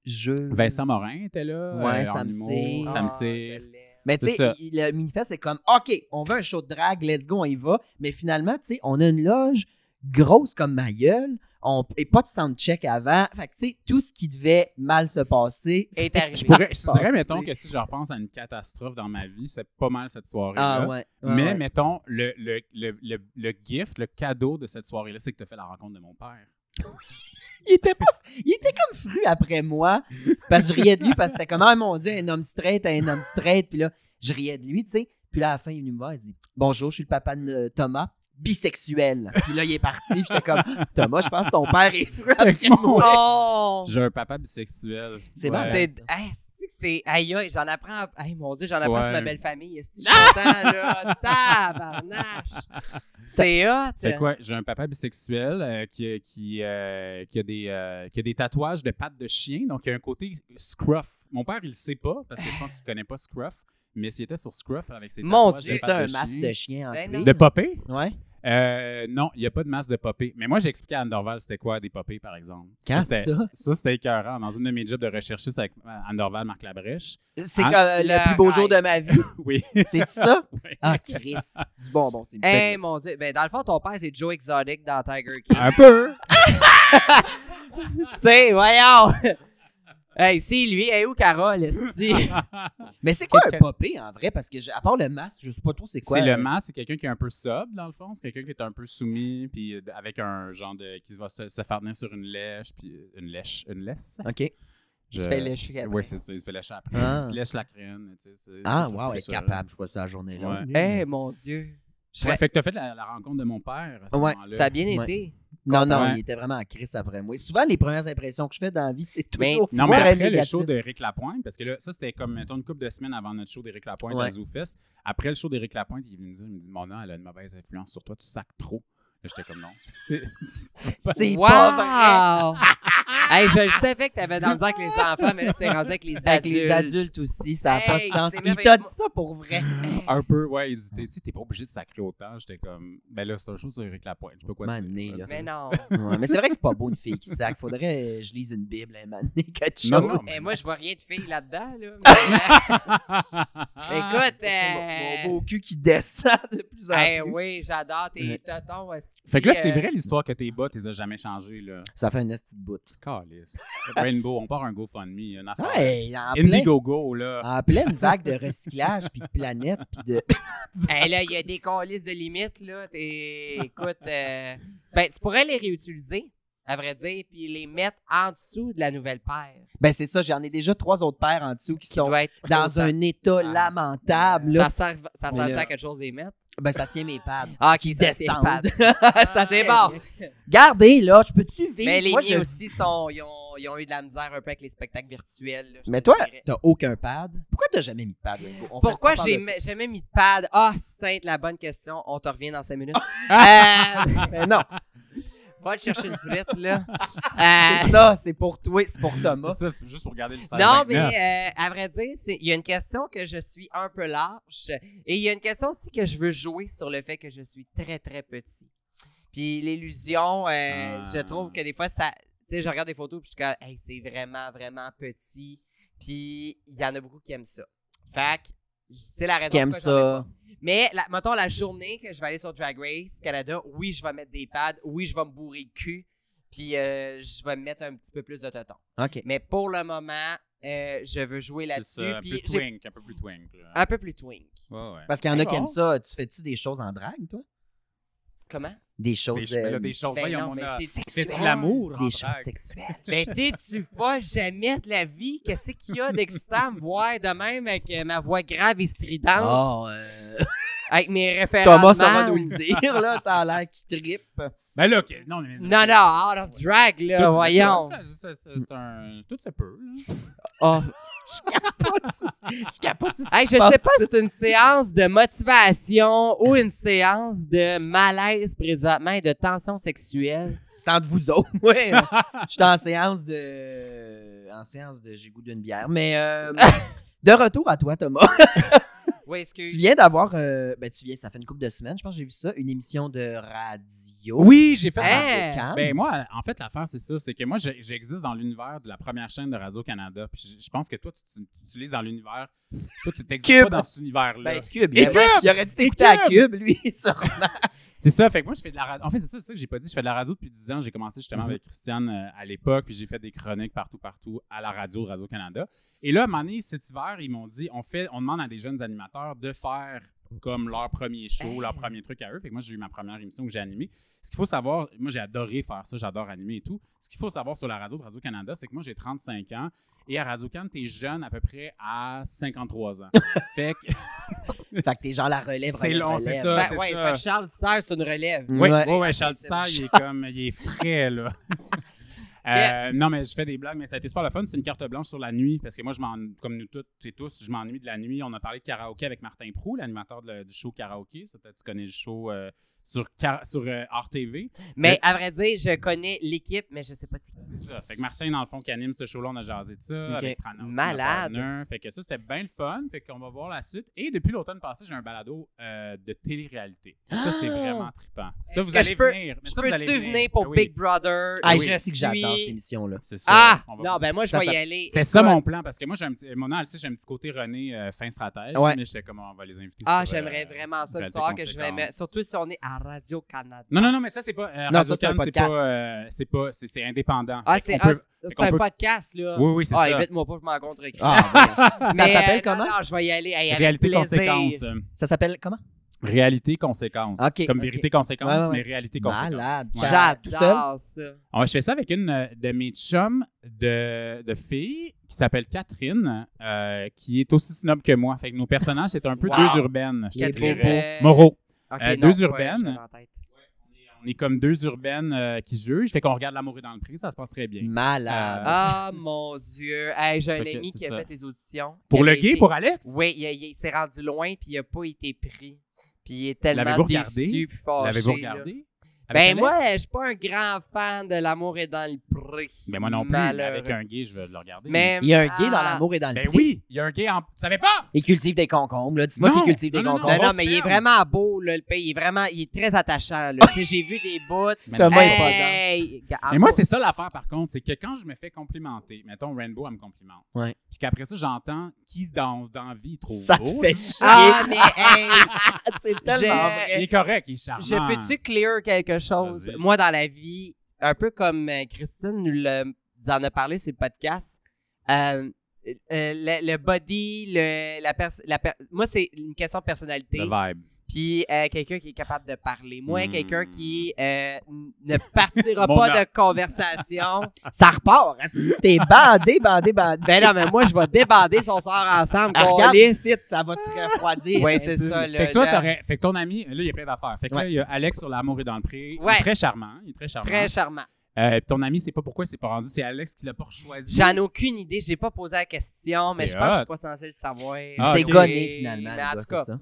B: jeu.
D: Vincent Morin était là. euh,
B: Ouais,
D: en
B: Sam
D: humour,
B: Cyr.
D: Sam
C: Ah,
D: Cyr.
C: je l'aime.
B: Mais tu
D: C'est
B: sais,
D: ça.
B: il- le manifeste, c'est comme, OK, on veut un show de drague, let's go, on y va. Mais finalement, tu sais, on a une loge grosse comme ma gueule, on, et pas de soundcheck avant. Fait que, tu sais, tout ce qui devait mal se passer.
C: Est
B: c'est-
C: arrivé.
D: Je pourrais, je
B: Ah,
D: dirais,
B: c'est-
D: mettons, que si je repense à une catastrophe dans ma vie, c'est pas mal cette soirée-là.
B: Ah ouais. ouais,
D: Mais
B: ouais.
D: mettons, le, le, le, le, le gift, le cadeau de cette soirée-là, c'est que tu as fait la rencontre de mon père.
B: Il était, pas, il était comme fru après moi, parce que je riais de lui, parce que c'était comme, ah mon Dieu, un homme straight, un homme straight. Puis là, je riais de lui, tu sais. Puis là, à la fin, il est venu me voir, il dit, bonjour, je suis le papa de euh, Thomas, bisexuel. Puis là, il est parti, puis j'étais comme, Thomas, je pense que ton père est fru après
D: Mon-
B: moi.
C: Oh!
D: J'ai un papa bisexuel.
B: C'est
C: Bon,
B: Ouais.
C: c'est. Hey, c'est-tu que c'est. Aïe, aïe, j'en apprends. Aïe, mon Dieu, j'en apprends
D: Ouais.
C: sur ma belle famille. Est-ce que je suis content, là? Tabarnache! C'est
D: Fait
C: hot!
D: quoi? J'ai un papa bisexuel euh, qui, qui, euh, qui, a des, euh, qui a des tatouages de pattes de chien, donc il y a un côté scruff. Mon père, il le sait pas, parce que je pense qu'il connaît pas scruff, mais s'il était sur scruff avec ses
C: Mon
D: tatouages
C: Dieu,
D: de
B: Tu as un
D: pattes de
B: masque
D: chien-
B: de chien en
C: Ben
B: cuir.
C: non.
D: De popé?
B: Ouais.
D: Euh, non, il n'y a pas de masque de popé. Mais moi, j'ai expliqué à Anne Dorval c'était quoi des popés, par exemple.
B: Quand
D: c'était-
B: ça?
D: Ça, c'était écœurant. Dans une de mes jobs de recherchiste avec Anne Dorval, Marc Labrèche.
B: C'est
D: Ah,
B: que, euh,
C: la
B: le plus beau jour
C: rêve.
B: de ma vie.
D: Oui.
B: C'est ça?
D: Ouais.
B: Ah, Chris. Du bonbon, c'est une
C: Hey,
B: blague.
C: mon Dieu. Ben, dans le fond, ton père, c'est Joe Exotic dans Tiger King.
D: Un peu.
C: tu sais, voyons! hey, c'est lui. Hey, où Carole? esti?
B: Mais c'est quoi un
D: Quelqu'un-
B: popé en vrai? Parce que, je- à part le masque, je sais pas trop c'est quoi.
D: C'est le
B: euh,
D: masque, c'est quelqu'un qui est un peu sobre, dans le fond. C'est quelqu'un qui est un peu soumis, puis euh, avec un genre de. qui va se, se faire tenir sur une lèche, puis euh, une lèche. Une laisse.
B: OK.
D: Ah,
C: Je fais ben. lécher après.
D: Oui, c'est ça. Il se fait lécher après.
B: Ah.
D: Il se lèche la crème. Tu sais, c'est-
B: Ah,
D: c'est-
B: wow, elle
D: c'est
B: est
D: ça,
B: capable. Je vois ça la journée là.
D: Ouais.
C: Hey, mon Dieu. Je
D: là. Ouais,
C: serais-
D: fait que t'as fait la, la rencontre de mon père à ce
B: Ouais,
D: moment-là.
C: Ça a bien
B: Ouais.
C: été.
B: Non, non,
D: Ouais.
B: il était vraiment en crise après moi. Et souvent, les premières impressions que je fais dans la vie, c'est
C: Mais-
B: toujours
D: Non, mais
B: très
D: après le
B: négatif.
D: show d'Éric Lapointe, parce que là, ça, c'était comme, mettons, une couple de semaines avant notre show d'Éric Lapointe
B: Ouais.
D: à ZooFest. Après le show d'Éric Lapointe, il est venu me dire, il me dit, Mona, elle a une mauvaise influence sur toi, tu sacs trop. Là, j'étais comme, non, c'est- c'est- c'est-
B: C'est
C: Wow!
B: pas vrai.
C: Hey, je le savais que t'avais dans le avec les enfants, mais là, c'est rendu avec les
B: Avec
C: adultes.
B: les adultes aussi, ça n'a
C: Hey,
B: pas de
C: c'est
B: sens. Il t'a dit
C: merveilleux.
B: ça pour vrai.
D: Un peu, ouais, hésité. Tu sais, t'es pas obligé de sacrer autant. J'étais comme, ben là, c'est un show sur Eric Lapointe. Je sais pas quoi te
B: Mané,
D: dire.
B: là.
C: Mais non.
B: Ouais, mais c'est vrai que c'est pas beau une fille qui sac. Faudrait que je lise une Bible un moment donné, quelque chose.
D: Non, non, mais-
C: Et moi, je vois rien de fille là-dedans, là. Mais, euh, écoute,
B: Mon-
C: euh,
B: Mon beau cul qui descend de plus en
C: eh
B: plus.
C: oui, j'adore tes euh, tontons.
D: Fait que là, c'est vrai l'histoire que tes bas, t'es as jamais changé, là.
B: Ça fait une petite bout.
D: Calice. Rainbow, on part un GoFundMe, une affaire.
B: Ouais, en, plein-
D: Indiegogo, là.
B: en pleine vague de recyclage, puis de planète, puis de...
C: Eh là, il y a des colis de limite, là. T'es- Écoute, euh, ben, tu pourrais les réutiliser, à vrai dire, puis les mettre en dessous de la nouvelle paire.
B: Ben c'est ça, j'en ai déjà trois autres paires en dessous qui
C: Ça
B: sont
C: doit être
B: dans un état lamentable. là.
C: Ça sert, ça
B: Mais
C: sert
B: là-
C: à quelque chose de les mettre.
B: Ben euh, ça tient mes pads.
C: Ah, qui
B: ça tient
C: descendent.
B: ça
C: c'est
B: tient.
C: bon.
B: Gardez, là, je peux-tu vivre?
C: Mais les
B: Moi,
C: miens
B: je-
C: aussi sont, ils ont, ils ont eu de la misère un peu avec les spectacles virtuels. là, je
B: Mais
C: te
B: toi,
C: dirais.
B: t'as aucun pad. Pourquoi t'as jamais mis de pad, Ringo? On fait-
C: Pourquoi
B: on parle
C: j'ai
B: de ça.
C: m- jamais mis de pad? Ah, sainte, la bonne question. On te revient dans cinq minutes. Euh,
B: Mais non,
C: va te chercher une foulette, là. Euh,
B: c'est ça, c'est pour toi, c'est pour Thomas.
D: C'est ça, c'est juste pour garder le sens.
C: Non, mais euh, à vrai dire, c'est- il y a une question que je suis un peu large et il y a une question aussi que je veux jouer sur le fait que je suis très, très petit. Puis l'illusion, euh,
D: Ah.
C: je trouve que des fois, ça, tu sais, je regarde des photos puis je suis comme, hey, c'est vraiment, vraiment petit. Puis il y en a beaucoup qui aiment ça. Fait que c'est la raison
B: Qui aime
C: pourquoi j'en ai
B: ça.
C: pas. Mais la- mettons la journée que je vais aller sur Drag Race Canada, oui, je vais mettre des pads, oui, je vais me bourrer le cul, puis euh, je vais me mettre un petit peu plus de tonton.
B: OK.
C: Mais pour le moment, euh, je veux jouer
D: C'est
C: là-dessus.
D: ça, un peu
C: puis j'ai- Ah,
D: twink, un peu plus twink. là.
C: un peu plus twink.
D: Ouais, ouais.
B: Parce qu'il y en a
C: C'est
B: qui
C: bon.
B: aiment ça. Tu fais-tu des choses en drague, toi?
C: Comment?
B: Des choses...
D: Des, ben là,
B: euh,
D: des choses.
C: ben
D: voyons,
C: non,
D: on
C: mais
D: a-
C: t'es
D: Fais-tu
C: sexuel.
D: l'amour? en
B: des choses
D: drague?
B: sexuelles.
C: Ben, t'es-tu pas jamais de la vie? Qu'est-ce qu'il y a d'excitant à me voir de même avec euh, ma voix grave et stridente?
D: Ah,
B: Oh, euh,
C: Avec mes références.
B: Thomas, ça va nous le dire, là. Ça a l'air qu'il trippe.
D: Ben là, ok, non, mais.
C: Non, non, out of drag, là,
D: Tout-
C: voyons.
D: ça- ça- C'est un. Tout se peut, là.
B: Ah.
C: Oh.
B: Je capote sur
C: Hey, je sais pas si c'est une séance de motivation ou une séance de malaise présentement et de tension sexuelle.
B: C'est entre vous autres. Ouais. Je suis en séance de. En séance de j'ai goût d'une bière. Mais euh, de retour à toi, Thomas.
C: Oui,
B: tu
C: excuse.
B: viens d'avoir. euh, Ben, tu viens, ça fait une couple de semaines, je pense que j'ai vu ça, une émission de radio.
D: Oui, j'ai fait.
C: Hein?
B: Radio-Can.
D: Ben moi, en fait, l'affaire, c'est ça. C'est que moi, j'ai- j'existe dans l'univers de la première chaîne de Radio-Canada. Puis je- je pense que toi, tu- tu tu utilises dans l'univers. Toi, tu t'existes
B: Cube.
D: pas dans cet univers-là.
B: Ben, Cube.
D: Et
B: ben, moi,
D: Cube!
B: Il aurait dû t'écouter
D: Et
B: à
D: Cube!
B: Cube, lui, sûrement.
D: C'est ça, fait que moi je fais de la radio. En fait, c'est ça, c'est ça que j'ai pas dit. Je fais de la radio depuis 10 ans. J'ai commencé justement
B: Mhm.
D: avec Christiane euh, à l'époque, puis j'ai fait des chroniques partout, partout à la radio, de Radio-Canada. Et là, à un moment donné, cet hiver, ils m'ont dit on fait, on demande à des jeunes animateurs de faire comme leur premier show, leur premier truc à eux. Fait que moi, j'ai eu ma première émission que j'ai animée. Ce qu'il faut savoir, moi j'ai adoré faire ça, j'adore animer et tout. Ce qu'il faut savoir sur la radio de Radio-Canada, c'est que moi j'ai 35 ans et à Radio-Canada, t'es jeune à peu près à 53 ans. fait que
B: fait que t'es genre la relève.
D: C'est
B: relève,
D: long, c'est
B: relève.
D: ça.
C: Fait- Ben ouais,
D: ça.
C: fait que Charles Tissère, c'est une relève.
D: Oui,
B: Ouais.
D: ouais. ouais, Charles Tissard, il est comme, il est frais, là. Euh, non, mais je fais des blagues, mais ça a été super le fun. C'est une carte blanche sur la nuit, parce que moi, je m'en, comme nous toutes et tous, je m'ennuie de la nuit. On a parlé de karaoké avec Martin Prou, l'animateur de- du show karaoké. Ça, peut-être tu connais le show euh, sur, Car- sur euh, RTV.
C: Mais à vrai dire, je connais l'équipe, mais je sais pas si.
D: C'est ça. Fait que Martin, dans le fond, qui anime ce show-là, on a jasé de ça.
B: Ok.
D: Avec Prana aussi,
C: Malade.
D: notre partner. Fait que ça, c'était bien le fun. Fait qu'on va voir la suite. Et depuis l'automne passé, j'ai un balado euh, de télé-réalité. Ça, c'est vraiment trippant. Ça, vous
C: que
D: allez
C: je peux-
D: venir. Mais
C: Je
D: ça, vous allez
C: peux-tu venir pour
D: Ah oui.
C: Big Brother?
B: Ah,
D: Oui.
B: je
C: Je
B: sais que j'adore cette
C: suis-
B: émission-là.
D: C'est ça.
C: Ah!
D: On va
C: Non,
D: vous-
C: ben moi, je
B: Ça,
C: vais
B: ça-
C: y aller.
D: C'est ça
C: Écoute,
D: mon plan, parce que moi, j'ai un petit. Mona, elle sait, j'ai un petit côté René euh, fin stratège.
B: Ouais.
D: Mais j'étais comme, on va les inviter.
C: Ah,
D: sur, euh,
C: j'aimerais vraiment ça, le
D: Réalité
C: soir que je vais mettre.
D: Conséquence.
C: Surtout si on est à Radio-Canada.
D: Non, non, non, mais ça, c'est pas. euh,
B: Non, ça, c'est
D: Radio-Can,
B: un
D: c'est
B: podcast.
D: pas. euh, c'est pas. C'est c'est indépendant.
C: Ah,
D: Fait
C: c'est
D: qu'on peut-
C: ah, c'est- c'est
D: qu'on
C: un
D: peut-
C: podcast, là.
D: Oui, oui, c'est
C: Ah,
D: ça.
C: évite-moi pas, je m'en contre
B: Ah, ben, ça s'appelle comment?
C: Non, je vais y aller. Hey, avec
D: Réalité
C: plaisir.
D: conséquence. euh,
B: Ça s'appelle comment?
D: Réalité conséquence.
B: Ok,
D: Comme
B: ok.
D: vérité conséquence,
B: Ouais, ouais, ouais.
D: mais réalité conséquence.
B: Malade.
D: Ouais.
B: Tout seul?
C: J'adore ça.
D: Ah, je fais ça avec une euh, de mes chums de, de filles qui s'appelle Catherine, euh, qui est aussi snob que moi. Fait que nos personnages, c'est un peu
C: Wow.
D: deux urbaines. Je
B: Les
D: te dirais.
C: bobos.
D: Moraux.
C: Ok,
D: Euh,
C: non,
D: deux
C: ouais,
D: urbaines.
C: j'avais en tête.
D: On est comme deux urbaines euh, qui jugent. Fait qu'on regarde l'amour est dans le prix, ça se passe très bien.
B: Mm. Malade.
C: Ah, mon Dieu. Hey, j'ai un
D: Fait que
C: ami
D: c'est
C: qui a
D: ça.
C: fait les auditions.
D: Pour
C: qui
D: le
C: avait
D: gay,
C: été-
D: pour Alex?
C: Oui, il, a- il s'est rendu loin, puis il n'a pas été pris. Puis il est tellement
D: L'avez-vous regardé?
C: déçu, puis fâché.
D: L'avez-vous
C: là.
D: regardé? Avec
C: ben
D: un
C: moi,
D: ex?
C: je suis pas un grand fan de l'amour est dans le pré.
D: Ben moi non plus.
C: Malheureux.
D: Avec un gay, je vais le regarder.
C: Mais-
B: Il y a un gay dans
C: Ah.
B: l'amour et dans le
D: Ben
B: prix.
D: oui, il y a un gay en. Tu savais pas?
B: Il cultive des concombres, là. Dis-moi
D: Non.
B: qu'il cultive des
D: Non, non, non.
B: concombres.
C: Ben
D: va
C: non,
D: se
C: mais il est
D: perdre.
C: vraiment beau, là, le pays. Il est vraiment, il est très attachant, là. Tu sais, J'ai vu des bouts.
D: Mais
B: Thomas
D: non.
B: est pas
C: Hey!
B: Ben
C: ah,
D: Mais moi, c'est ça l'affaire, par contre. C'est que quand je me fais complimenter, mettons, Rainbow, elle me complimente.
B: Ouais.
D: Puis qu'après ça, j'entends qui dans, dans la vie est trop
B: Ah, Ça
D: beau. Ah,
B: fait chier. Ah,
C: Ah, mais hey!
B: c'est
C: j'ai-
B: tellement vrai.
D: Il est correct, il est charmant.
C: Je peux-tu clear quelque chose?
D: Vas-y.
C: Moi, dans la vie, un peu comme euh, Christine nous le- nous en a parlé sur le podcast, euh, euh, le, le body, le- la pers- la per- moi, c'est une question de personnalité.
D: Le vibe.
C: Puis euh, quelqu'un qui est capable de parler. Moi,
D: Mm.
C: quelqu'un qui euh, n- ne partira
D: Mon
C: pas
D: a-
C: de conversation.
B: Ça repart. hein. Si T'es bandé, bandé, bandé.
C: ben non, mais moi, je vais débander si on sort ensemble.
B: Ah, regarde
C: câlisse.
B: ici, ça va te refroidir.
C: Ouais,
B: un
C: c'est
B: peu.
C: ça. le-
D: Fait que toi,
C: le-
D: t'aurais- fait que ton ami, là, il y a plein d'affaires. Fait que
B: Ouais.
D: là, il y a Alex sur l'amour et dans le pré. Il
C: Ouais.
D: est très charmant. Il est très charmant.
C: Très charmant.
D: Euh, puis ton ami, c'est pas pourquoi c'est pas rendu. C'est Alex qui l'a pas choisi.
C: J'en ai aucune idée, j'ai pas posé la question, mais
D: C'est
C: je pense que je suis
D: hot.
C: pas censé le savoir.
B: Il
D: Ah,
B: s'est
D: ok.
B: gonné, finalement.
C: Mais en
B: le
C: tout
B: gars,
C: cas,
B: c'est ça.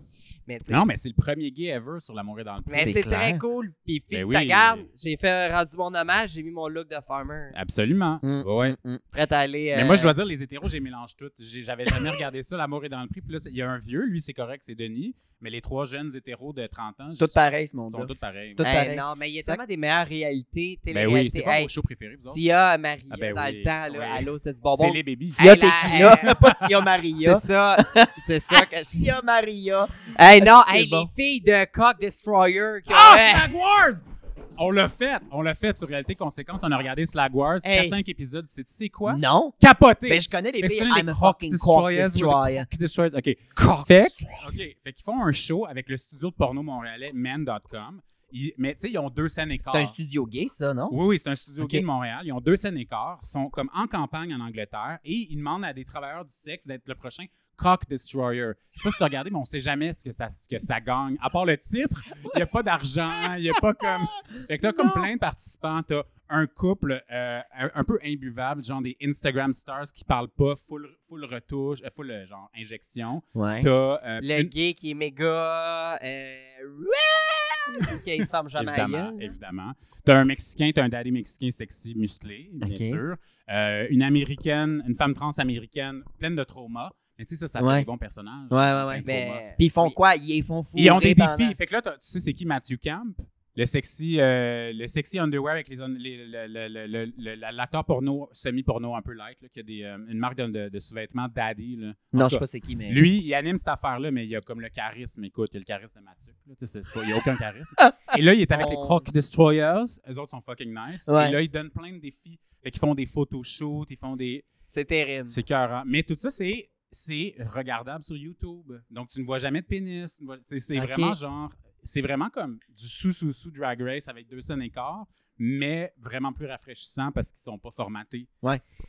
C: mais tu sais,
D: Non, mais c'est le premier gay ever sur l'amour et dans le pré.
C: mais
B: c'est
C: c'est
B: clair.
C: très cool. Puis fils,
D: Ben
C: ça
D: oui.
C: garde. J'ai fait rendu mon hommage, j'ai mis mon look de farmer.
D: Absolument.
B: Mm.
D: Ouais.
C: Prête à aller.
D: Mais
C: euh,
D: moi, je dois dire, les hétéros, j'ai mélange toutes. J'ai- J'avais jamais regardé ça, l'amour est dans le prix. Puis là, c'est- il y a un vieux, lui, c'est correct, c'est Denis. Mais les trois jeunes hétéros de 30 ans,
B: Tout pareil, ce
D: ils
B: monde-là.
D: sont tous pareils.
B: Tout
C: hey,
B: pareil.
C: non, mais il y a
B: Fait-
C: tellement des meilleures réalités.
D: Ben oui, c'est
C: Télé-réalité.
D: pas
C: Hey,
D: mon show préféré, vous autres.
C: Tia, Maria,
D: Ah, ben
C: dans
D: oui,
C: le temps, là.
D: ouais.
C: Allô, c'est du
D: C'est
C: bonbon.
D: les babies.
B: Tia
C: Hey, la-
B: Tequila,
C: euh,
B: pas Tia Maria.
C: C'est ça. C'est ça que je.
B: Tia Maria.
C: Hey, non,
B: C'est
C: hey,
B: bon.
C: les filles de Cock Destroyer. Qui ont- euh,
D: Ah,
C: Hey,
D: Slag Wars! On l'a fait! On l'a fait sur Réalité Conséquence. On a regardé Slag Wars,
C: Hey.
D: 4-5 épisodes. Sais-tu c'est quoi?
B: Non.
D: Capoté!
B: Mais Ben, je connais les
D: Mais tu
B: filles.
D: connais
B: I'm
D: les
B: a
D: Cock
B: fucking cock
D: Destroyers,
B: destroyer.
D: Qui destroys- OK. Fait, que- OK. Fait qu'ils font un show avec le studio de porno montréalais, man.com. Ils- Mais tu sais, ils ont deux scènes écart.
B: C'est un studio gay, ça, non?
D: Oui, oui, c'est un studio
B: Ok.
D: gay de Montréal. Ils ont deux scènes écarts, sont comme en campagne en Angleterre et ils demandent à des travailleurs du sexe d'être le prochain Cock Destroyer. Je sais pas si tu as regardé, mais on sait jamais ce que ça, ce que ça gagne. À part le titre, il n'y a pas d'argent, il n'y a pas comme. Fait que t'as comme plein de participants, t'as un couple euh, un un peu imbuvable, genre des Instagram stars qui parlent pas, full, full retouche, euh, full euh, genre injection.
B: Ouais.
D: T'as euh,
C: Le
D: une-
C: gay qui est méga. Euh... qui se ferme jamais à
D: Évidemment, évidemment. T'as un Mexicain, t'as un daddy mexicain sexy, musclé, bien
B: Ok.
D: sûr. Euh, une américaine, une femme trans-américaine, pleine de traumas. Mais tu sais, ça, ça
B: Ouais.
D: fait des bons personnages.
B: Ouais, ouais, ouais.
D: Un trauma.
C: Mais.
B: Puis ils font quoi? Ils font fou.
D: Ils ont des défis. Fait que là, t'as- tu sais, c'est qui Matthew Camp? Le sexy, euh, le sexy underwear avec les, un- les- le- le- le- le- le- la- l'acteur porno, semi-porno un peu light, là, qui a des, euh, une marque de, de- de sous-vêtements daddy. là. En
B: Non,
D: tout
B: je sais
D: cas,
B: pas c'est qui, mais.
D: lui, il anime cette affaire-là, mais il a comme le charisme. Écoute, il a le charisme de Mathieu. là. Tu sais, c'est- c'est pas- il n'y a aucun charisme. Et là, il est avec les
C: On-
D: Croc Destroyers. Eux autres sont fucking nice.
B: Oh. Ouais.
D: Et là, ils donnent plein de défis. Fait qu'ils font des photoshoots, ils font des.
C: C'est terrible.
D: C'est cœur. Mais tout ça, c'est. C'est regardable sur YouTube. Donc, tu ne vois jamais de pénis. tu ne vois- C'est c'est
B: Ok.
D: vraiment genre. C'est vraiment comme du sous-sous-sous Drag Race avec deux scènes écart, mais vraiment plus rafraîchissant parce qu'ils sont pas formatés.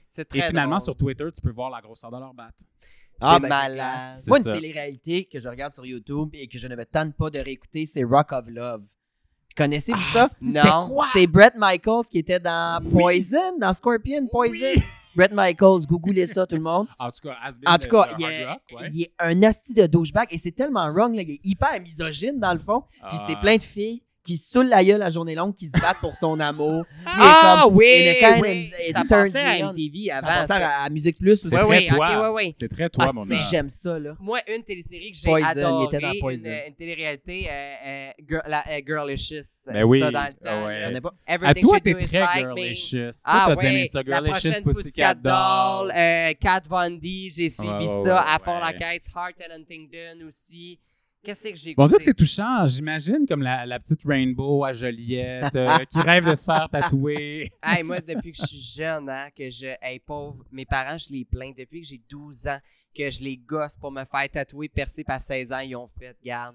C: C'est très
D: Et finalement,
C: drôle.
D: sur Twitter, tu peux voir la grosseur de leur batte.
B: Ah,
C: C'est
B: ben,
C: malade.
B: Moi, une
D: C'est ça.
B: télé-réalité que je regarde sur YouTube et que je ne me tente pas de réécouter, c'est Rock of Love. Connaissez-vous ça?
C: Ah, c'était
B: Non.
C: quoi?
B: C'est Brett Michaels qui était dans Poison, dans Scorpion, Poison. Brett Michaels, googlez ça, tout le monde.
D: En tout cas, has been
B: En
D: de-
B: tout cas,
D: de
B: il
D: Hard
B: est,
D: Rock, ouais.
B: il est un asti de douchebag et c'est tellement wrong, là, il est hyper misogyne dans le fond. Puis c'est
D: Ah.
B: plein de filles qui se saoulent la gueule la journée longue, qui se battent pour son amour. Il est
C: Ah
B: comme-
C: oui,
B: il est quand même-
C: oui.
B: il
C: Ça
B: turn
C: passait à
B: me on.
C: MTV
B: Ça
C: avant.
B: pensait
C: ça.
B: à, à Musique Plus aussi.
D: C'est
C: Ouais,
D: très
C: ouais,
D: toi.
C: ok, ouais, ouais.
D: C'est très toi,
B: Ah,
D: mon
B: si
D: homme.
B: j'aime ça, là.
C: Moi, une télésérie que j'ai
B: Poison, il
C: adorée,
B: était dans Poison.
C: Une, une téléréalité, euh, euh, girl- la, euh, Girlicious.
D: Ben oui,
C: Ça, dans le temps.
D: ouais.
B: Il y en a pas-
D: À
C: Everything
D: toi,
C: She
D: t'es
C: Do Is
D: très
C: Like Me.
D: girlicious.
C: Ah
D: toi, t'as
C: ouais,
D: bien aimé ça,
C: la
D: girlicious,
C: prochaine
D: Pussycat Doll.
C: euh, Kat Von D, j'ai suivi
D: Ouais, ouais,
C: ça
D: ouais,
C: à fond la
D: ouais.
C: quête, Heart and Huntington aussi. Qu'est-ce que j'ai
D: Bon, on dirait
C: écouté?
D: que c'est touchant, j'imagine, comme la, la petite Rainbow à Joliette euh, qui rêve de se faire tatouer.
C: Hey, moi, depuis que je suis jeune, hein, que je. Hey, pauvre, mes parents, je les plains. Depuis que j'ai 12 ans, que je les gosse pour me faire tatouer, percer par 16 ans, ils ont fait, garde.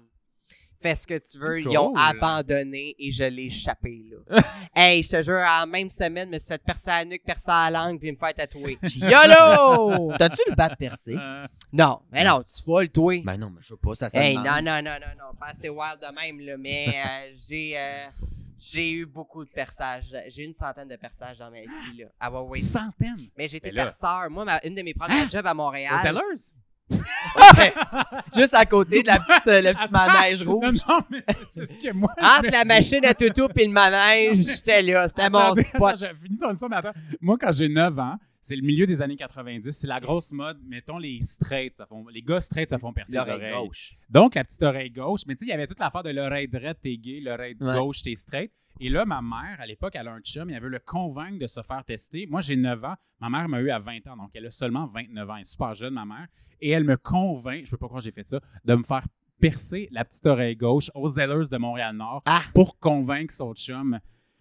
C: Fais ce que tu veux.
D: C'est
C: Ils ont
D: cool.
C: abandonné et je l'ai échappé, là. hey, je te jure, en même semaine, je me suis fait percer à la nuque, percer à la langue, puis me faire tatouer.
D: oh!
C: YOLO!
B: T'as-tu le bat percé?
D: Euh,
C: non, mais non, tu vas le toi.
B: Ben non, mais je sais pas, ça
C: Hey,
B: demande.
C: non, non, non, non, non, pas assez wild de même, là, mais euh, j'ai, euh, j'ai eu beaucoup de perçages. J'ai une centaine de perçages dans ma vie, là. Ah, ouais, ouais.
D: Centaines.
C: Mais j'étais
D: Ben là. Hein?
C: Ah, perceur. Moi, ma- une de mes premières jobs à Montréal.
D: Aux Zellers?
B: Juste à côté de la petite, euh, le petit
D: Attends.
B: manège
D: Non,
B: rouge.
D: non, mais c'est c'est ce que moi. je me-
C: Entre la machine à toutou et le manège, j'étais là. C'était mon
D: Attendez, attends,
C: spot.
D: j'ai fini ton histoire, mais attends. Moi, quand j'ai 9 ans, c'est le milieu des années 90, c'est la grosse mode. Mettons les straights, ça font, les gars straights, ça font percer les oreilles.
C: gauche.
D: Donc, la petite oreille gauche. Mais tu sais, il y avait toute l'affaire de l'oreille droite, t'es gay, l'oreille
B: Ouais.
D: gauche, t'es straight. Et là, ma mère, à l'époque, elle a un chum, elle veut le convaincre de se faire tester. Moi, j'ai 9 ans. Ma mère m'a eu à 20 ans, donc elle a seulement 29 ans. Elle est super jeune, ma mère. Et elle me convainc, je sais pas pourquoi j'ai fait ça, de me faire percer la petite oreille gauche aux Zellers de Montréal-Nord
B: Ah.
D: pour convaincre son chum.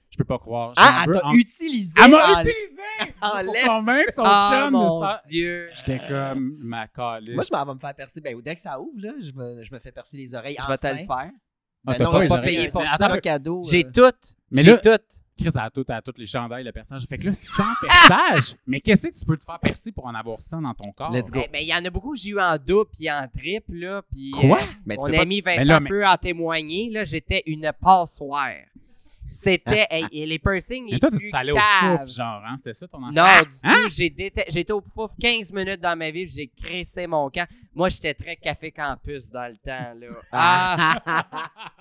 D: Je peux pas croire. J'ai
B: Ah,
D: un
B: elle
D: peu
B: t'a
D: en-
B: utilisé.
D: Elle m'a
B: en-
D: utilisé
B: en
D: pour
B: lettres.
D: convaincre son
C: Ah,
D: chum. de
C: Oh, mon
D: faire-
C: Dieu.
D: J'étais comme ma calice.
B: Moi, je m'en vais me faire percer. Ben, dès que ça ouvre, là, je me, je me fais percer les oreilles.
C: Je vais te le
B: enfin.
C: faire.
D: Ah,
B: Ben
D: t'as
B: non,
D: pas
B: on va
D: les
B: pas
D: oreilles
B: payer
D: cassées.
B: pour
D: Attends,
B: ça, cadeau.
C: J'ai
B: euh.
C: tout.
D: Mais
C: J'ai
D: là-
C: tout.
D: Chris a tout, à tous les chandails, le perçage. Fait que là, 100 perçages. Mais qu'est-ce que tu peux te faire percer pour en avoir 100 dans ton corps?
B: Let's go.
C: Eh ben, il y en a beaucoup que j'ai eu en double puis en triple, là. Puis,
D: Quoi?
C: euh,
B: Mais tu
C: mon
B: peux pas-
C: ami Vincent
D: Mais là, mais-
C: peut en témoigner, là. J'étais une passoire. C'était. hey, et les piercings, les
D: Mais toi,
C: plus
D: t'es allé au
C: caves.
D: pouf, genre, hein? C'était ça ton enfant?
C: Non, du
D: hein?
C: tout. j'ai déte- J'étais au pouf 15 minutes dans ma vie, puis j'ai crissé mon camp. Moi, j'étais très café campus dans le temps, là. Ah!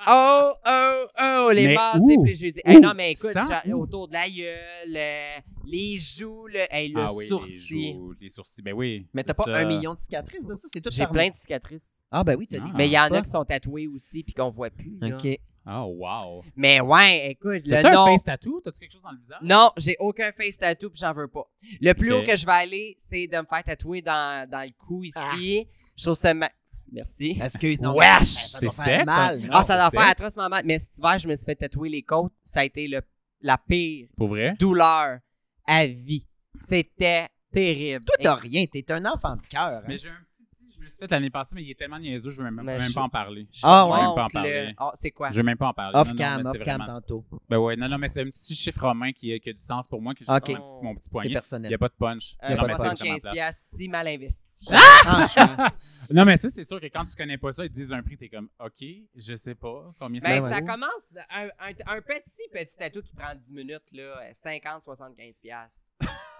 C: oh, oh, oh! Les
D: Mais
C: mardis,
D: où?
C: puis j'ai dit, hey,
D: Où?
C: non, mais écoute,
D: Sans
C: j'a-
D: où?
C: autour de la gueule, euh, les joues, le, hey, le
D: ah oui, les,
C: sourcil.
D: joues, les sourcils. Ben oui.
B: Mais t'as
D: c'est
B: pas
D: ça.
B: un million de cicatrices, là, ça, c'est tout
C: J'ai
B: charmant.
C: plein de cicatrices.
B: Ah, ben oui, t'as dit.
D: Ah.
C: Mais il y en a
B: pas.
C: qui sont tatoués aussi, puis qu'on voit plus. là.
B: OK.
D: Ah, wow.
C: Mais ouais, écoute, le
D: T'as-tu un
C: nom-
D: face tattoo? T'as-tu quelque chose dans le visage?
C: Non, j'ai aucun face tattoo puis j'en veux pas. Le plus
D: Ok.
C: haut que je vais aller, c'est de me faire tatouer dans, dans le cou ici. Je trouve ça. ma- Merci.
B: Est-ce que. non,
C: Wesh!
B: mais
D: C'est hein?
B: Ça doit
D: sec,
B: faire mal.
D: ça.
B: non?
C: Ah, ça
D: c'est
C: doit faire
D: sexe.
C: atroce, maman. Mais cet hiver, je me suis fait tatouer les côtes. Ça a été le, la pire
D: Pour vrai?
C: douleur à vie. C'était terrible.
B: Toi, t'as rien. T'es un enfant de cœur. hein.
D: Mais j'ai un petit, petit, je me suis fait l'année passée, mais il est tellement niaiseux, je veux même,
C: Mais
D: même
C: je-
D: pas en parler.
C: Je
B: Ah,
D: ouais. Je
C: monte
D: vais même pas en
C: le-
D: parler.
C: Ah, c'est quoi?
D: Je veux même pas en parler. Non, non,
B: Off-cam,
D: mais c'est
B: off-cam
D: vraiment-
B: tantôt.
D: Ben ouais, non, non, mais c'est un petit chiffre romain qui, qui a du sens pour moi, que j'ai
B: Ok.
D: sur ma petite- mon petit
B: C'est
D: poignet. Il n'y
B: personnel.
D: a pas de punch.
C: Euh,
B: Il y a
D: non,
B: pas
D: mais
B: de
D: c'est
B: punch.
D: vraiment plate.
C: 75 piastres, si mal investi.
B: Franchement.
D: Non, mais ça, c'est sûr que quand tu connais pas ça, ils te disent un prix, t'es comme, OK, je sais pas combien
C: Ben,
D: ça
C: ça
D: vaut.
C: commence un, un- un petit petit tatou qui prend 10 minutes là, euh, 50 75 pièces.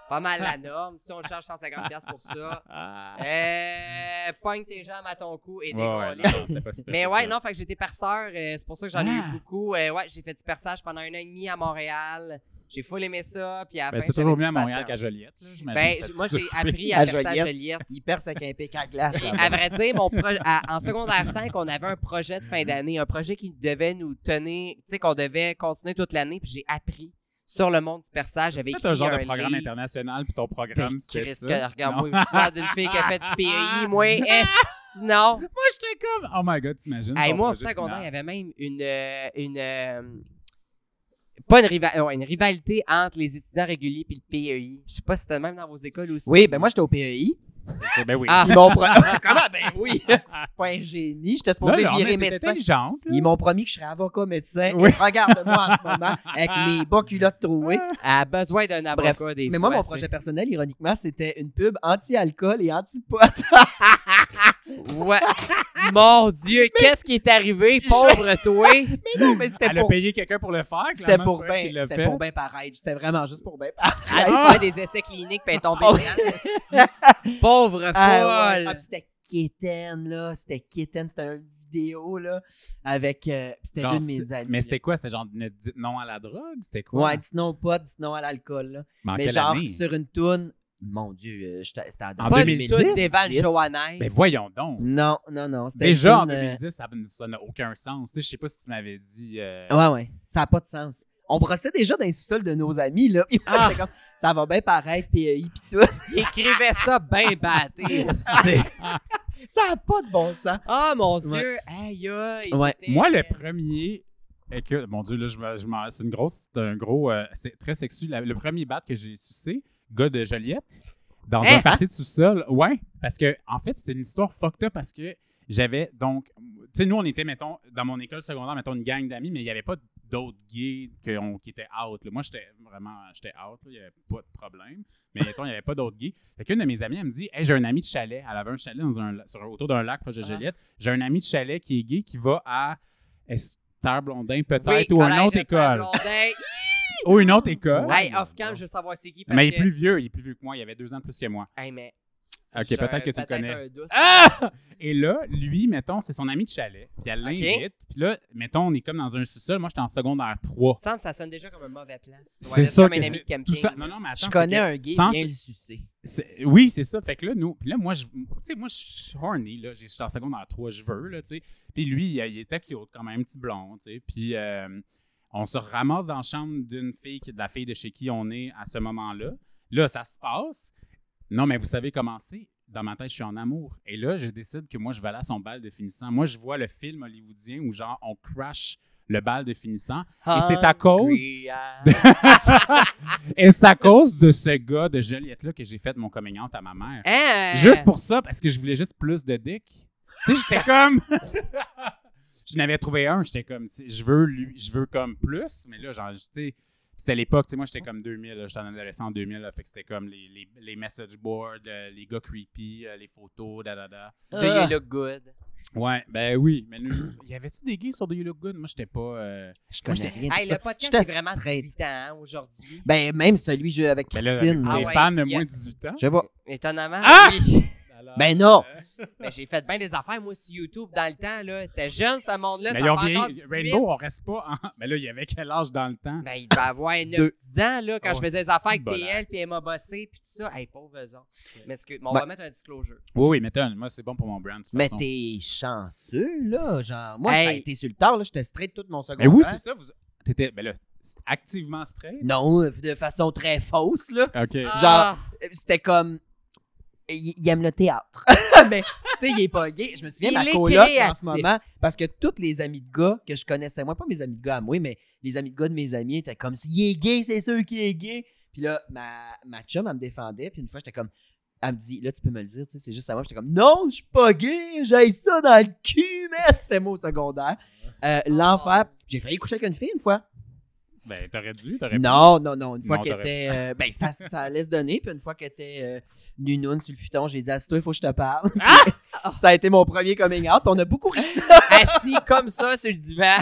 C: Pas mal la norme, si on le charge 150 pièces pour ça.
D: Ah.
C: Euh, pogne tes jambes à ton cou et
D: Ouais, ouais,
C: décolle.
D: non, non, c'est pas super,
C: Mais
D: c'est
C: ouais,
D: ça.
C: non, fait que j'étais perceur, euh, c'est pour ça que j'en ai
D: Ah.
C: eu beaucoup. Euh, ouais, j'ai fait du perçage pendant un an et demi à Montréal. J'ai full aimé ça, puis à la
D: Ben,
C: fin,
D: c'est toujours
C: j'avais
D: mieux à
C: plus
D: Montréal qu'à
C: patience.
D: Joliette. là, j'imagine.
C: Ben,
D: Ça-
C: j- moi,
D: ça-
C: j'ai appris
B: À
C: à percer à
B: Joliette.
C: Joliette.
B: Il perce avec un pic à glace.
C: Et
B: là-bas.
C: à vrai dire, mon pro- à- en secondaire 5, on avait un projet de fin d'année, un projet qui devait nous tenir, tu sais, qu'on devait continuer toute l'année, puis j'ai appris sur le monde du perçage. J'avais
D: Faites
C: écrit
D: un genre de
C: un
D: programme
C: livre.
D: international, puis ton programme,
C: Ben,
D: c'était
C: Chris,
D: ça.
C: que- regarde,
D: Non.
C: moi, une histoire d'une fille qui a fait du PI, moi, est non.
D: Moi, j'étais comme, oh my God, t'imagines.
C: Hey,
D: ton
C: moi, en
D: projet
C: secondaire, il y
D: final.
C: avait même une. euh, une euh, pas une, riva- euh, ouais, une rivalité entre les étudiants réguliers et le PEI. Je sais pas si c'était le même dans vos écoles aussi.
B: Oui, ben moi, j'étais au PEI.
D: C'est- Ben oui.
C: Ah.
B: Ils m'ont promis. Comment? Ben oui. Pas un génie. J'étais
D: Non,
B: supposé
D: non, mais
B: virer
D: t'es
B: médecin.
D: intelligente. là.
B: Ils m'ont promis que je serais avocat médecin.
D: Oui.
B: Et Regarde-moi en ce moment avec mes bas culottes trouées.
D: Ah,
C: Elle a besoin d'un avocat des
B: Mais moi,
C: fois,
B: mon
C: c'est-
B: projet personnel, ironiquement, c'était une pub anti-alcool et anti-pot.
C: Ouais. Mon Dieu, qu'est-ce qui est arrivé, pauvre toi?
B: Mais non, mais c'était
D: Elle a
B: pour.
D: payé quelqu'un pour le faire.
B: C'était
D: clairement,
B: pour
C: ben,
D: c'est pas elle
B: bien.
D: qui l'a
B: C'était
D: fait.
B: pour bien pareil. C'était vraiment juste pour bien pareil.
C: Elle
D: Ah!
C: a fait des essais cliniques puis elle est tombée
B: Oh.
C: dedans, esti. Pauvre
B: Ah, ouais. Ah,
C: folle.
B: puis c'était kitten, là. C'était kitten. C'était une vidéo, là. Avec. euh, puis c'était
D: Genre,
B: deux de mes
D: c'est-
B: amis.
D: Mais
B: là.
D: c'était quoi? C'était genre, ne dites non à la drogue? C'était quoi?
B: Ouais, dites non au pot, dites non à l'alcool, là.
D: Mais en
B: mais
D: quelle
B: genre,
D: année?
B: sur une toune. Mon Dieu, euh, j'étais- c'était
D: En
C: Pas une
D: 2010?
C: toute d'Evan Johannes.
D: Ben voyons donc.
B: Non, non, non. c'était
D: Déjà en
B: une toune, euh,
D: 2010, ça ça n'a aucun sens. Tu sais, Je sais pas si tu m'avais dit. euh,
B: Ouais, ouais. Ça n'a pas de sens. On procède déjà dans les sous-sols de nos amis, là. Puis moi,
D: Ah!
B: j'étais comme, ça va bien paraître, PEI, puis tout.
C: Il écrivait ça bien batté.
B: Ça n'a pas de bon sens.
C: Ah, mon Dieu. Aïe, aïe.
B: Ouais.
C: c'était-
D: Moi, le premier. est que, mon Dieu, là, je me- je m'en- c'est une grosse. C'est un gros. euh, c'est très sexu. La- le premier bat que j'ai sucé, gars de Joliette, dans
C: Hein?
D: un party de sous-sol. Ouais. Parce que, en fait, c'était une histoire fucked up parce que j'avais donc. Tu sais, nous, on était, mettons, dans mon école secondaire, mettons, une gang d'amis, mais il n'y avait pas d'autres gays que on- qui étaient out. là. Moi, j'étais vraiment. J'étais out. là, Il n'y avait pas de problème. Mais, mettons, il n'y avait pas d'autres gays. Fait qu'une de mes amies, elle me dit Hey, j'ai un ami de chalet. Elle avait un chalet dans un, sur- autour d'un lac proche de
C: Ah.
D: Joliette. J'ai un ami de chalet qui est gay qui va à. Esther Blondin,
C: Oui,
D: peut-être, ou à une
C: collège
D: autre
C: Esther
D: école.
C: Blondin.
D: Ou une autre école.
C: Hey, off-cam, je veux savoir c'est qui. parce
D: mais il est
C: que-
D: plus vieux, il est plus vieux que moi, il avait deux ans de plus que moi.
C: Hey, mais
D: Ok,
C: J'ai
D: peut-être que tu le
C: peut-être
D: connais.
C: un doute.
D: Ah! Et là, lui, mettons, c'est son ami de chalet. Puis elle l'invite. Puis là, mettons, on est comme dans un sous-sol. Moi, j'étais en secondaire 3.
C: Il semble que ça sonne déjà comme un mauvais place.
D: C'est
C: Ouais,
D: ça
C: Comme
D: que
C: un
D: c'est-
C: ami de camping.
D: Tout ça. Non, non, mais attends,
B: Je
D: c'est
B: connais
D: que
B: un gay,
D: sans-
B: bien le sucer.
D: c'est- Oui, c'est ça. Fait que là, nous. Puis là, moi, je. Tu sais, moi, je suis horny, là. J'ai- J'étais en secondaire 3, je veux, là, tu sais. Puis lui, il, il était cute, quand même, petit blond, tu sais. Puis euh, on se ramasse dans la chambre d'une fille, qui- de la fille de chez qui on est à ce moment-là. Là, ça se passe. Non, mais vous savez comment c'est. Dans ma tête, je suis en amour. Et là, je décide que moi, je vais aller à son bal de finissant. Moi, je vois le film hollywoodien où, genre, on crash le bal de finissant. Et c'est euh, à cause
C: Hungry Eyes.
D: Et c'est à cause de ce gars de Joliette-là que j'ai fait mon coming out à ma mère.
C: Hein?
D: Juste pour ça, parce que je voulais juste plus de dick. Tu sais, j'étais comme. je n'avais trouvé un, j'étais comme, tu sais, je veux, lui, je veux comme plus, mais là, genre, tu sais, c'était l'époque, tu sais, moi, j'étais comme 2000, là, j'étais un adolescent en 2000, là, fait que c'était comme les, les, les message boards, euh, les gars creepy, euh, les photos, da da da.
C: Do you look good?
D: Ouais, ben oui, mais nous, y avait-tu des gays sur Do You Look Good? Moi, j'étais pas. euh,
B: Je
D: Moi,
B: connais
D: j'étais-
B: rien. de
C: Hey,
B: ça.
C: le podcast,
B: Je te
C: c'est vraiment
B: traite.
C: 18 ans hein, aujourd'hui.
B: Ben, même celui que j'ai avec
D: ben là, les
B: Christine.
C: Ah
B: là.
C: ouais.
D: fans de moins
C: yeah.
D: de 18 ans. Euh,
B: Je sais pas.
C: Étonnamment,
D: Ah!
C: oui.
B: Ben non!
C: Ben, j'ai fait bien des affaires, moi, sur YouTube, dans le temps, là. T'es jeune, ce monde-là.
D: Mais
C: ça
D: ils ont
C: fait encore
D: vieilli-
C: 18.
D: Rainbow, on reste pas en. Mais là, il y avait quel âge dans le temps?
C: Ben, il devait avoir 9-10
B: Deux.
C: ans, là, quand
D: Oh,
C: je faisais des affaires avec
D: c'est
C: PL, puis elle m'a bossé, puis tout ça. Hey, pauvre eux autres. Mais excuse, mais on
B: Ben-
C: va mettre un disclosure.
D: Oui, oui, mais attends, moi, c'est bon pour mon brand. de toute
B: Mais
D: façon.
B: t'es chanceux, là. Genre, moi, ça a
C: Hey.
B: été sur le tard, là. J'étais straight toute mon
D: Mais
B: secondaire.
D: oui, c'est ben, ça. Vous... T'étais. Ben là, c'est activement straight.
B: Non, euh, de façon très fausse, là.
D: OK.
B: Ah. Euh, C'était comme. Il, il aime le théâtre. Mais, tu sais, il est pas gay. Je me souviens,
C: Il
B: ma
C: est
B: coloc, en
C: créatif.
B: ce moment, parce que toutes les amis de gars que je connaissais, moi, pas mes amis de gars à moi, mais les amis de gars de mes amis étaient comme si il est gay, c'est sûr qu'il est gay. Puis là, ma, ma chum, elle me défendait. Puis une fois, j'étais comme. Elle me dit, là, tu peux me le dire, tu sais, c'est juste à moi. J'étais comme, non, je suis pas gay, j'ai ça dans le cul, mais c'était moi au secondaire. Euh,
C: Ah.
B: L'enfer, j'ai failli coucher avec une fille une fois.
D: Ben, t'aurais dû, t'aurais pu.
B: Non, non, non. Une fois
D: Non,
B: qu'elle
D: t'aurais-
B: était. euh, ben, ça, ça allait se donner. Puis une fois qu'elle était euh, nunoune sur le futon, j'ai dit Assis-toi, il faut que je te parle.
D: Ah!
C: Ah!
B: ça a été mon premier coming out. On a beaucoup ri.
C: Assis comme ça sur le divan.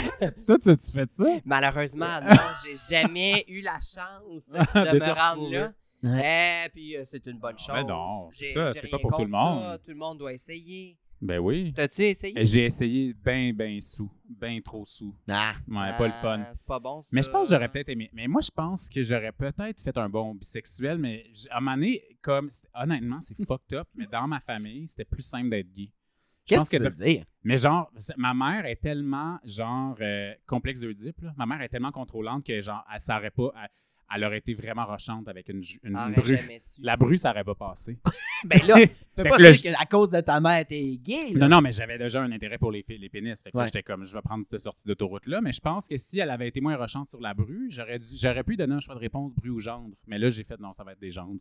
D: Toi, tu, tu fais ça?
C: Malheureusement, non, j'ai jamais eu la chance de,
D: Euh, Ah, De
C: me
D: te
C: rendre là.
B: retrouver.
C: Eh, puis euh, c'est une bonne chose.
D: Ben non, c'est
C: J'ai-
D: ça,
C: j'ai
D: c'est pas
C: rien
D: pour tout le
C: contre ça,
D: monde.
C: Tout le monde doit essayer.
D: Ben oui.
C: T'as-tu essayé?
D: Et J'ai essayé ben, ben sous. Ben trop sous.
B: Ah,
D: Ouais, pas le fun.
C: Ah, C'est pas bon, ça.
D: Mais je pense que j'aurais peut-être aimé. Mais moi, je pense que j'aurais peut-être fait un bon bisexuel, mais j- à un moment donné, comme. c'est- Honnêtement, c'est fucked up, mais dans ma famille, c'était plus simple d'être gay. Je
B: qu'est-ce
D: pense
B: que tu
D: que
B: veux dire?
D: Mais genre, c'est- ma mère est tellement, genre, euh, complexe d'Oedipe, là. Ma mère est tellement contrôlante que, genre, elle saurait pas. Elle, elle aurait été vraiment rochante avec une, ju- une
C: J'aurais
D: bru.
C: jamais su.
D: La bru, ça aurait pas passé.
B: Ben là, tu peux
D: Fait
B: pas
D: que le-
B: dire qu'à cause de ta mère, t'es gay.
D: Non,
B: là.
D: non, mais j'avais déjà un intérêt pour les, filles, les pénis. Fait que là,
B: Ouais.
D: j'étais comme, je vais prendre cette sortie d'autoroute-là. Mais je pense que si elle avait été moins rochante sur la bru, j'aurais dû- j'aurais pu donner un choix de réponse, bru ou gendre. Mais là, j'ai fait, non, ça va être des gendres.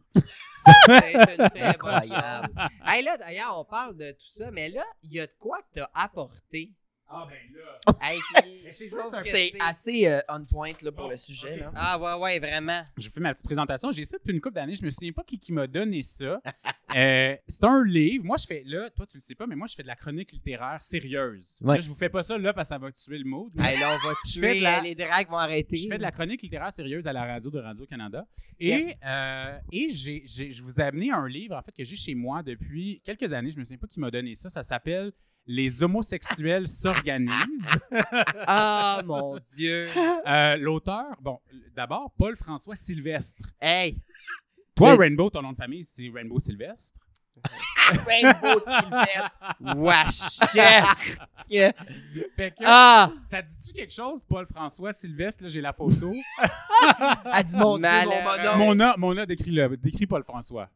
C: C'est une très bonne
B: Incroyable.
C: chose. Hey, là, d'ailleurs, on parle de tout ça, mais là, il y a de quoi que t'as apporté.
D: Ah, ben là.
C: Hey,
D: Mais
C: puis,
D: c'est
C: je trouve
D: juste un-
C: que
B: C'est assez euh, on point là, pour
D: Bon,
B: le sujet.
D: ok.
B: Là.
C: Ah, ouais, ouais, vraiment.
D: je fais ma petite présentation. J'ai ça depuis une couple d'années. Je me souviens pas qui, qui m'a donné ça. Euh, c'est un livre. Moi, je fais là, toi, tu le sais pas, mais moi, je fais de la chronique littéraire sérieuse.
B: Ouais.
D: Là, je vous fais pas ça là parce que ça va tuer le mood.
C: Hey, là, on va
D: Je fais de
C: tuer. euh,
D: la-
C: Les dragues vont arrêter.
D: Je fais de la chronique littéraire sérieuse à la radio de Radio-Canada. Et, euh, et j'ai- j'ai- je vous ai amené un livre, en fait, que j'ai chez moi depuis quelques années. Je me souviens pas qui m'a donné ça. Ça s'appelle Les homosexuels s'organisent.
C: Ah, mon Dieu.
D: Euh, L'auteur, bon, d'abord, Paul-François Sylvestre.
C: Hey,
D: Toi, Rainbow, ton nom de famille, c'est Rainbow Sylvestre.
B: Rainbow Sylvester.
C: wesh.
D: Fait que,
C: ah,
D: ça dit-tu quelque chose, Paul-François Sylvestre? Là, j'ai la photo.
B: Elle dit mon Dieu, mon
C: Malheureux.
B: bonhomme.
D: mon a, mon a décrit, le- décrit Paul-François.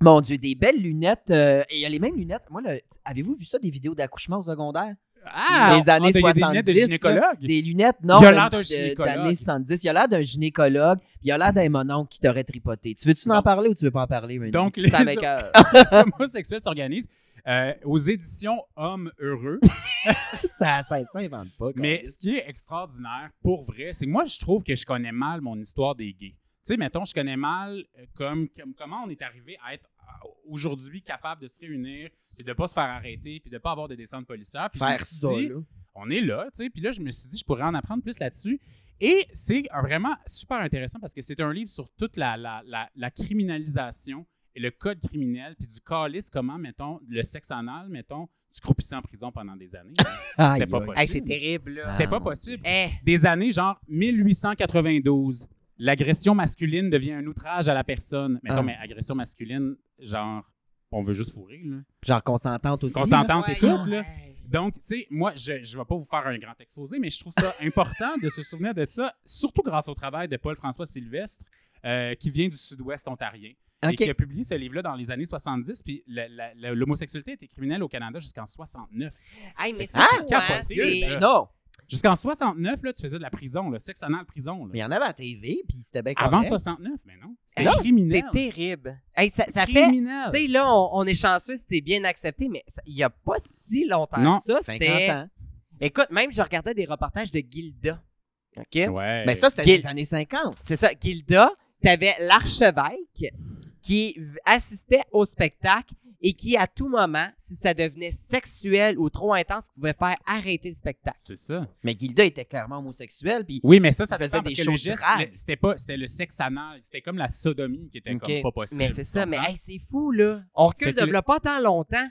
B: Mon Dieu, des belles lunettes. euh, et il y a les mêmes lunettes. Moi, le- avez-vous vu ça des vidéos d'accouchement au secondaire?
D: Ah!
B: Les années
D: Ah, t'as- il y a des lunettes de
B: 70,
D: gynécologue.
B: Des lunettes, non.
D: Il a
B: de-
D: l'air d'un
B: de-
D: gynécologue.
B: D'années 70. Il a l'air d'un gynécologue. puis Il a l'air d'un monon qui t'aurait tripoté. Tu veux-tu en
D: Donc-
B: parler ou tu veux pas en parler, Rainbow?
D: Donc, les,
C: ça m'écoeure.
D: les homosexuels s'organisent euh, aux éditions Hommes Heureux.
B: ça, ça s'invente pas.
D: Mais
B: quoi.
D: ce qui est extraordinaire, pour vrai, c'est que moi, je trouve que je connais mal mon histoire des gays. Tu sais, mettons, je connais mal euh, comme, comme- comment on est arrivé à être euh, aujourd'hui capable de se réunir, puis de ne pas se faire arrêter, puis de ne pas avoir de descente policière. Puis je me
B: faire
D: suis
B: ça,
D: dit,
B: là.
D: on est là, tu sais. Puis là, je me suis dit, je pourrais en apprendre plus là-dessus. Et c'est un- vraiment super intéressant parce que c'est un livre sur toute la, la- la- la criminalisation le code criminel, puis du calice, comment, mettons, le sexe anal, mettons, tu croupissais en prison pendant des années. pas
C: Aïe, aïe.
D: possible.
C: Hey, c'est terrible, là.
D: C'était
C: Ah.
D: pas possible.
C: Eh,
D: Des années genre 1892, l'agression masculine devient un outrage à la personne. Mettons,
B: Ah.
D: mais agression masculine, genre, on veut juste fourrer, là.
B: Genre consentante aussi.
D: Qu'on s'entende et
C: voyons,
D: tout, là.
C: hey.
D: Donc, tu sais, moi, je ne vais pas vous faire un grand exposé, mais je trouve ça important de se souvenir de ça, surtout grâce au travail de Paul-François Sylvestre, euh, qui vient du sud-ouest ontarien
B: là.
D: et qui a publié ce livre-là dans les années 70. Puis la- la- la- l'homosexualité était criminelle au Canada jusqu'en 69.
C: Hey, mais c'est
B: Ah,
C: chaud, hein,
D: capoté,
C: c'est-
D: là.
B: Ben non,
D: Jusqu'en 69, là, tu faisais de la prison, là, sexe anal prison. là.
B: mais il y en avait à la TV, puis c'était bien
D: Avant
B: correct.
D: 69, mais non. C'était
C: Non,
D: criminel.
C: C'est terrible. Hey, ça, ça fait.
D: criminel.
C: Tu sais, là, on, on est chanceux, c'était bien accepté, mais ça- il n'y a pas si longtemps
D: Non.
C: que ça.
B: 50
C: C'était.
B: ans.
C: Écoute, même je regardais des reportages de Gilda. OK?
D: Ouais.
B: Mais Ben, ça, c'était
C: Gil-
B: les années 50.
C: C'est ça, Gilda, t'avais l'archevêque qui v- assistait au spectacle et qui, à tout moment, si ça devenait sexuel ou trop intense, pouvait faire arrêter le spectacle.
D: C'est ça.
B: Mais Gilda était clairement homosexuelle, puis
D: Oui, mais ça, ça
B: faisait
D: dépend,
B: des
D: parce que
B: shows
D: le
B: de
D: geste,
B: drague.
D: le- C'était pas, c'était le sexe anal. C'était comme la sodomie qui était
C: OK.
D: comme pas possible.
C: Mais c'est
D: tu
C: ça, mais
B: hein?
D: comprends?
C: hey, c'est fou, là. On recule
D: Fait que
C: de là pas tant longtemps.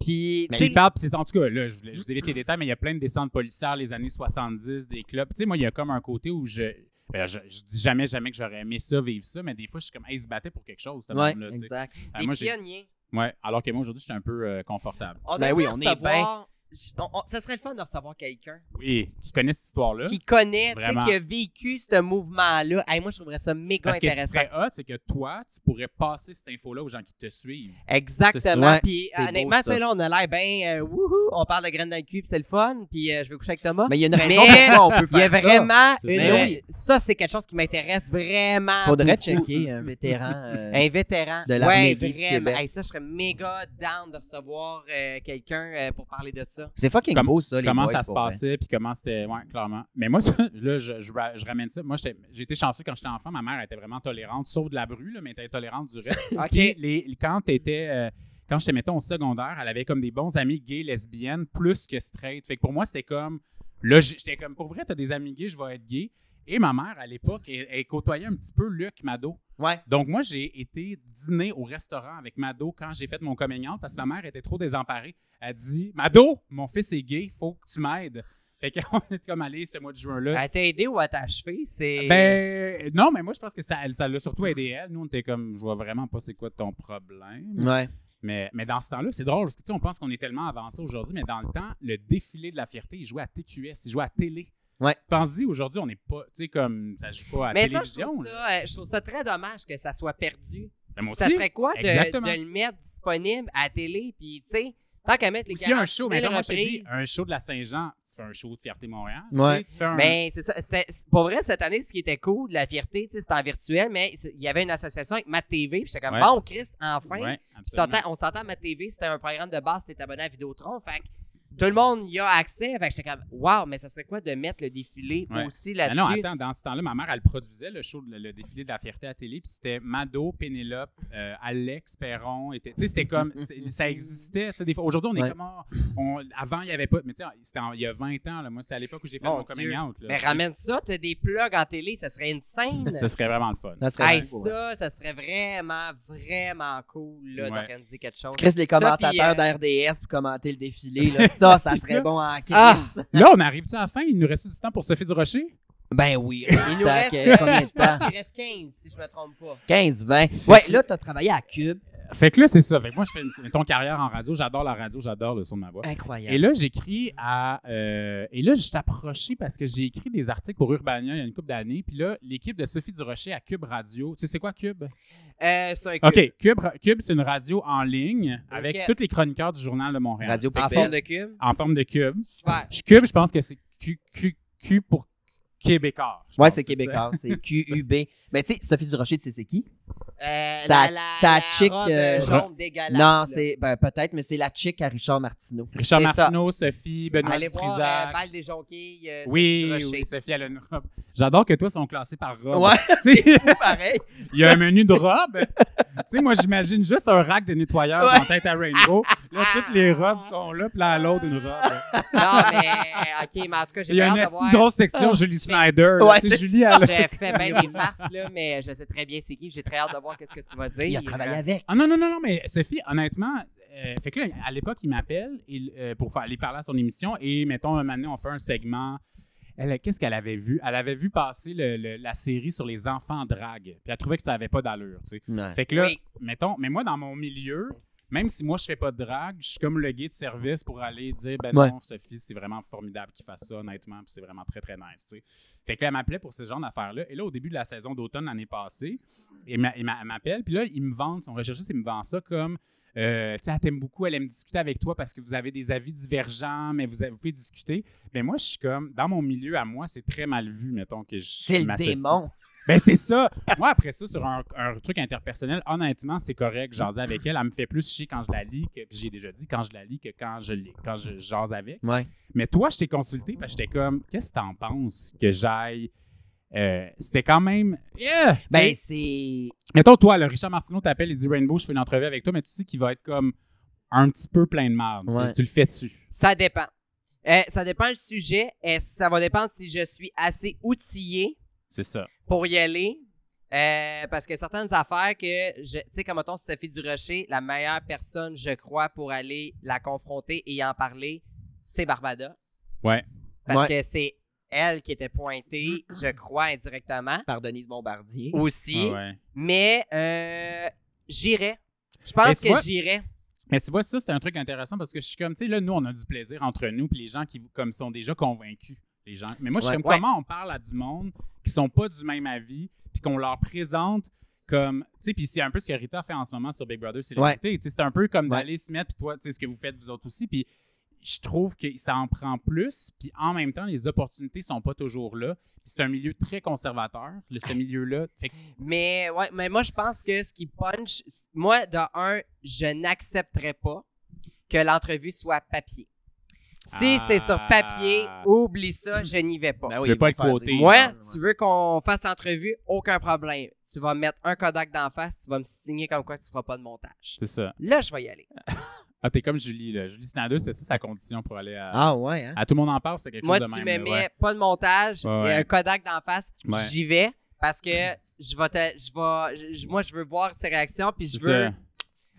C: Puis,
B: Mais Mm.
C: tu sais,
D: Il parle, puis c'est en tout cas, là, je, voulais- je vous évite les détails, mais il y a plein de descentes policières les années 70, des clubs. Tu sais, moi, il y a comme un côté où je. ben, je, je dis jamais, jamais que j'aurais aimé ça, vivre ça, mais des fois, je suis comme, hey, ils se battaient pour quelque chose, ce
B: Ouais,
D: monde-là. tu sais.
B: exact.
D: Ah,
C: des
D: moi, j'ai-
C: pionniers.
D: Ouais, alors que moi, aujourd'hui, je suis un peu euh, confortable.
C: On
B: Ben oui,
C: devrait
B: on est
C: recevoir- j- on- on- ça serait le fun de recevoir quelqu'un
D: Oui, qui connaît cette histoire-là.
C: qui connaît, tu sais,
D: Vraiment.
C: qui a vécu ce mouvement-là. Hey, moi, je trouverais ça méga
D: Parce que ce qui
C: intéressant.
D: serait hot, c'est que toi, tu pourrais passer cette info-là aux gens qui te suivent. C'est ça.
C: Exactement.
B: Ouais,
C: puis
B: c'est beau,
C: honnêtement,
B: ça.
C: tu sais, là, on a l'air bien euh, wouhou, on parle de graines dans le cul, puis c'est le fun, puis euh, je vais coucher avec Thomas.
B: Mais il y a une raison
C: Mais-
B: pourquoi on peut
C: il y a
B: faire ça.
C: vraiment
D: C'est
C: une-
B: ça. Mais oui.
C: ça c'est quelque chose qui m'intéresse vraiment.
B: Faudrait
C: beaucoup.
B: checker un vétéran. euh,
C: Un vétéran.
B: de l'armée
C: ouais,
B: gay du
C: vraiment.
B: Québec.
C: Hey, ça, je serais méga down de recevoir euh, quelqu'un euh, pour parler de ça.
B: C'est fucking
D: Comme-
B: beau, ça, les
D: comment
B: boys,
D: ça se
B: pour vrai.
D: passait, puis comment c'était. Ouais, clairement. Mais moi, ça, là, je, je ra- je ramène ça. Moi, j'étais- j'ai été chanceux quand j'étais enfant. Ma mère elle était vraiment tolérante, sauf de la bru, là, mais elle était tolérante du reste.
C: OK.
D: Puis les, quand t'étais. euh, quand j'étais, mettons, au secondaire, elle avait comme des bons amis gays, lesbiennes, plus que straight. Fait que pour moi, c'était comme. Là, j'- j'étais comme, pour vrai, t'as des amis gays, je vais être gay. Et ma mère, à l'époque, elle, elle côtoyait un petit peu Luc Mado.
B: Ouais.
D: Donc, moi, j'ai été dîner au restaurant avec Mado quand j'ai fait mon coming out parce que ma mère était trop désemparée. Elle dit Mado, mon fils est gay, faut que tu m'aides. Fait qu'on est comme allé ce mois de juin-là.
C: Elle t'a Euh, aidé ou elle t'a achevé? C'est...
D: Ben, non, mais moi, je pense que ça elle- ça l'a surtout aidé elle. Nous, on était comme, je vois vraiment pas c'est quoi ton problème.
B: Ouais.
D: Mais, mais dans ce temps-là, c'est drôle parce que, tu sais, on pense qu'on est tellement avancé aujourd'hui, mais dans le temps, le défilé de la fierté, il jouait à TQS, il jouait à télé.
B: Ouais.
D: Pense-y, aujourd'hui, on n'est pas, tu sais, comme, ça joue pas à
C: Mais ça, je
D: télévision.
C: trouve
D: là.
C: ça, euh, je trouve ça très dommage que ça soit perdu.
D: Ben, moi
C: Ça
D: aussi.
C: serait quoi de,
D: Exactement.
C: de le mettre disponible à la télé? Puis, tu sais, tant qu'à mettre les
D: Ou s'il y a un
C: 46
D: show,
C: 000
D: mais moi je te dis,
C: reprises,
D: un show de la Saint-Jean, tu fais un show de Fierté Montréal. Tu,
B: Ouais.
D: sais, tu fais un.
C: Ben, c'est ça. C'était, c'est- pour vrai, cette année, ce qui était cool, la fierté, tu sais, c'était en virtuel, mais c'est- il y avait une association avec Mat TV. Puis j'étais comme,
D: Ouais.
C: bon, Chris, enfin.
D: Ouais,
C: Puis
D: absolument.
C: s'entend- on s'entend, Mat TV, c'était un programme de base, t'es abonné à Vidéotron. Fait que tout le monde y a accès. Fait que j'étais comme, wow, mais ça serait quoi de mettre le défilé
D: Ouais.
C: aussi
D: Ben non,
C: là-dessus?
D: attends, dans ce temps-là, ma mère, elle produisait le show, le, le défilé de la fierté à télé, puis c'était Mado, Pénélope, euh, Alex, Perron, était- tu sais, c'était comme, c'est- ça existait, tu sais, des fois. Aujourd'hui, on est
B: Ouais.
D: comme, oh, on- avant, il n'y avait pas, mais tu sais, c'était en- il y a 20 ans, là, moi, c'était à l'époque où j'ai fait
C: Mon
D: mon coming
C: Dieu.
D: out. là.
C: Mais ramène ça, t'as des plugs en télé, ça serait une scène.
D: Ce serait vraiment le fun.
B: Ça serait
C: Hey,
B: bien beau, ouais.
C: ça, ça serait vraiment, vraiment cool là,
D: Ouais.
C: d'organiser quelque chose.
B: Tu crisses les
C: Ça, puis, euh,
B: commentateurs d'RDS pour commenter le défilé. Là. Ça, ça serait bon en crise.
C: Ah!
D: Là, on arrive-tu à la fin? Il nous reste du temps pour Sophie Durocher?
B: Ben oui.
C: Il
B: Il
C: nous reste, euh,
B: combien de
C: je pense
B: temps?
C: qu'il reste 15, si je me trompe pas.
B: 15, 20. Ouais, là, t'as travaillé à Cube.
D: Fait que là, c'est ça. Fait que moi, je fais une, ton carrière en radio. J'adore la radio, j'adore le son de ma voix. Et
B: Incroyable.
D: là, j'écris à. euh, et là, je suis approché parce que j'ai écrit des articles pour Urbania il y a une couple d'années. Puis là, l'équipe de Sophie Durocher à Cube Radio. Tu sais, c'est quoi Cube?
C: Euh, c'est un cube.
D: OK. Cube, Ra- Cube c'est une radio en ligne avec
C: Ok.
D: tous les chroniqueurs du Journal de Montréal.
B: Radio
C: En
B: Québec.
C: forme de cube.
D: En forme de Cube.
C: Super.
D: Je- Cube, je pense que c'est Q, Q, Q pour Québécois. je
B: Ouais,
D: pense,
B: c'est
D: ça.
B: québécois. C'est QUB. Mais tu sais, Sophie Durocher, tu sais, c'est qui?
C: Euh,
B: Ça-
C: la, la,
B: ça
C: la
B: chic,
C: robe
B: euh,
C: jaune dégueulasse. là.
B: non, c'est. Ben, peut-être, mais c'est la chick à Richard Martineau.
D: Richard
C: C'est ça.
D: Martineau, Sophie, Benoît
C: Allez voir euh,
D: Dutrisac.
C: Balle des Jonquilles. euh,
D: oui,
C: Sophie Durocher.
D: oui, Sophie, elle a une robe. J'adore que toi, ils sont classés par robe.
B: Ouais,
D: Tu sais,
B: c'est fou, pareil.
D: Il y a un menu de robe. tu sais, moi, j'imagine juste un rack de nettoyeur
B: Ouais.
D: dans Tête à Rainbow.
C: Ah.
D: Là, toutes les robes sont là, puis là, à l'autre, une robe.
C: Non, mais. euh, Ok, mais en tout cas, j'ai
D: Il y a
C: hâte
D: une
C: de
D: assez
C: voir. Ah.
D: grosse section Julie Schneider. là,
B: Ouais,
D: tu sais,
B: c'est
D: Julie, elle-
C: J'ai fait bien des farces, là, mais je sais très bien c'est qui. J'ai très hâte de voir qu'est-ce que tu vas dire.
B: Il a travaillé avec.
D: Ah non, non, non, non, mais Sophie, honnêtement, euh, fait que là, à l'époque, il m'appelle il, euh, pour faire, aller parler à son émission et, mettons, un moment donné, on fait un segment. Elle, qu'est-ce qu'elle avait vu? Elle avait vu passer le- le- la série sur les enfants en drague. Puis elle trouvait que ça n'avait pas d'allure, tu sais. Fait que là,
C: Euh, Oui.
D: mettons, mais moi, dans mon milieu, même si moi, je fais pas de drague, je suis comme le guide de service pour aller dire, ben
B: Ouais.
D: non, Sophie, c'est vraiment formidable qu'il fasse ça, honnêtement, puis c'est vraiment très, très nice, tu sais. Fait que là, elle m'appelait pour ce genre d'affaires-là. Et là, au début de la saison d'automne l'année passée, il m'a- il m'a- elle m'appelle, puis là, il me vend, son recherchiste, il me vend ça comme, euh, tu sais, elle t'aime beaucoup, elle aime discuter avec toi parce que vous avez des avis divergents, mais vous, avez- vous pouvez discuter. Mais moi, je suis comme, dans mon milieu, à moi, c'est très mal vu, mettons, que je
B: C'est le
D: m'associe.
B: démon.
D: Ben, c'est ça. Moi, après ça, sur un, un truc interpersonnel, honnêtement, c'est correct. Jaser avec elle, elle me fait plus chier quand je la lis, que puis j'ai déjà dit, quand je la lis, que quand je, l'ai- quand je jase avec.
B: Ouais.
D: Mais toi, je t'ai consulté parce que j'étais comme, qu'est-ce que t'en penses que j'aille? Euh, C'était quand même. Yeah! Tu
B: Ben,
D: sais,
B: c'est.
D: mettons, toi, le Richard Martineau t'appelle et dit Rainbow, je fais une entrevue avec toi, mais tu sais qu'il va être comme un petit peu plein de marde. tu sais,
B: Ouais.
D: Tu le fais-tu?
C: Ça dépend. Euh, ça dépend du sujet. Est-ce- ça va dépendre si je suis assez outillé
D: C'est ça.
C: pour y aller. Euh, parce que certaines affaires que, je- tu sais, comme mettons Sophie Durocher, la meilleure personne, je crois, pour aller la confronter et en parler, c'est Barbada.
D: Ouais.
C: Parce que c'est elle qui était pointée, je crois, indirectement
B: Par Denise Bombardier.
C: aussi.
D: Ah ouais.
C: Mais euh, j'irai. Je
D: Mais
C: pense
D: tu
C: que
D: vois-
C: j'irai.
D: Mais tu vois, ça, c'est un truc intéressant parce que je suis comme, tu sais, là, nous, on a du plaisir entre nous, puis les gens qui comme sont déjà convaincus. Les gens. Mais moi, je suis
B: Ouais.
D: comme, comment on parle à du monde qui sont pas du même avis, puis qu'on leur présente comme, tu sais, puis c'est un peu ce que Rita fait en ce moment sur Big Brother Célébrité. Tu sais, c'est un peu comme
B: Ouais.
D: d'aller se mettre, puis toi, tu sais, ce que vous faites, vous autres aussi, puis je trouve que ça en prend plus, puis en même temps, les opportunités sont pas toujours là. Puis c'est un milieu très conservateur, le- ce milieu-là. Fait que-
C: Mais ouais, mais moi je pense que ce qui punch, moi de un, je n'accepterais pas que l'entrevue soit papier. Si
D: Ah.
C: c'est sur papier, oublie ça, je n'y vais pas.
B: Ben
D: Tu
B: oui,
D: veux
B: il
D: pas
B: va
D: être
B: faire
D: côté.
B: dire-
C: Moi,
B: Ouais.
C: tu veux qu'on fasse entrevue, aucun problème. Tu vas mettre un Kodak d'en face, tu vas me signer comme quoi tu feras pas de montage.
D: c'est ça.
C: Là, je vais y aller.
D: Ah, t'es comme Julie, là. Julie Snyder, c'était ça sa condition pour aller à,
B: Ah ouais, hein?
D: À tout le monde en parle, c'est quelque
C: Moi,
D: chose de
C: tu
D: même.
C: me
D: là,
C: mets
D: ouais.
C: pas de montage
D: Ouais, ouais.
C: et un Kodak d'en face,
D: Ouais.
C: j'y vais parce que je vais te- je vais, je- moi, je veux voir ses réactions puis je
D: C'est
C: veux
D: ça.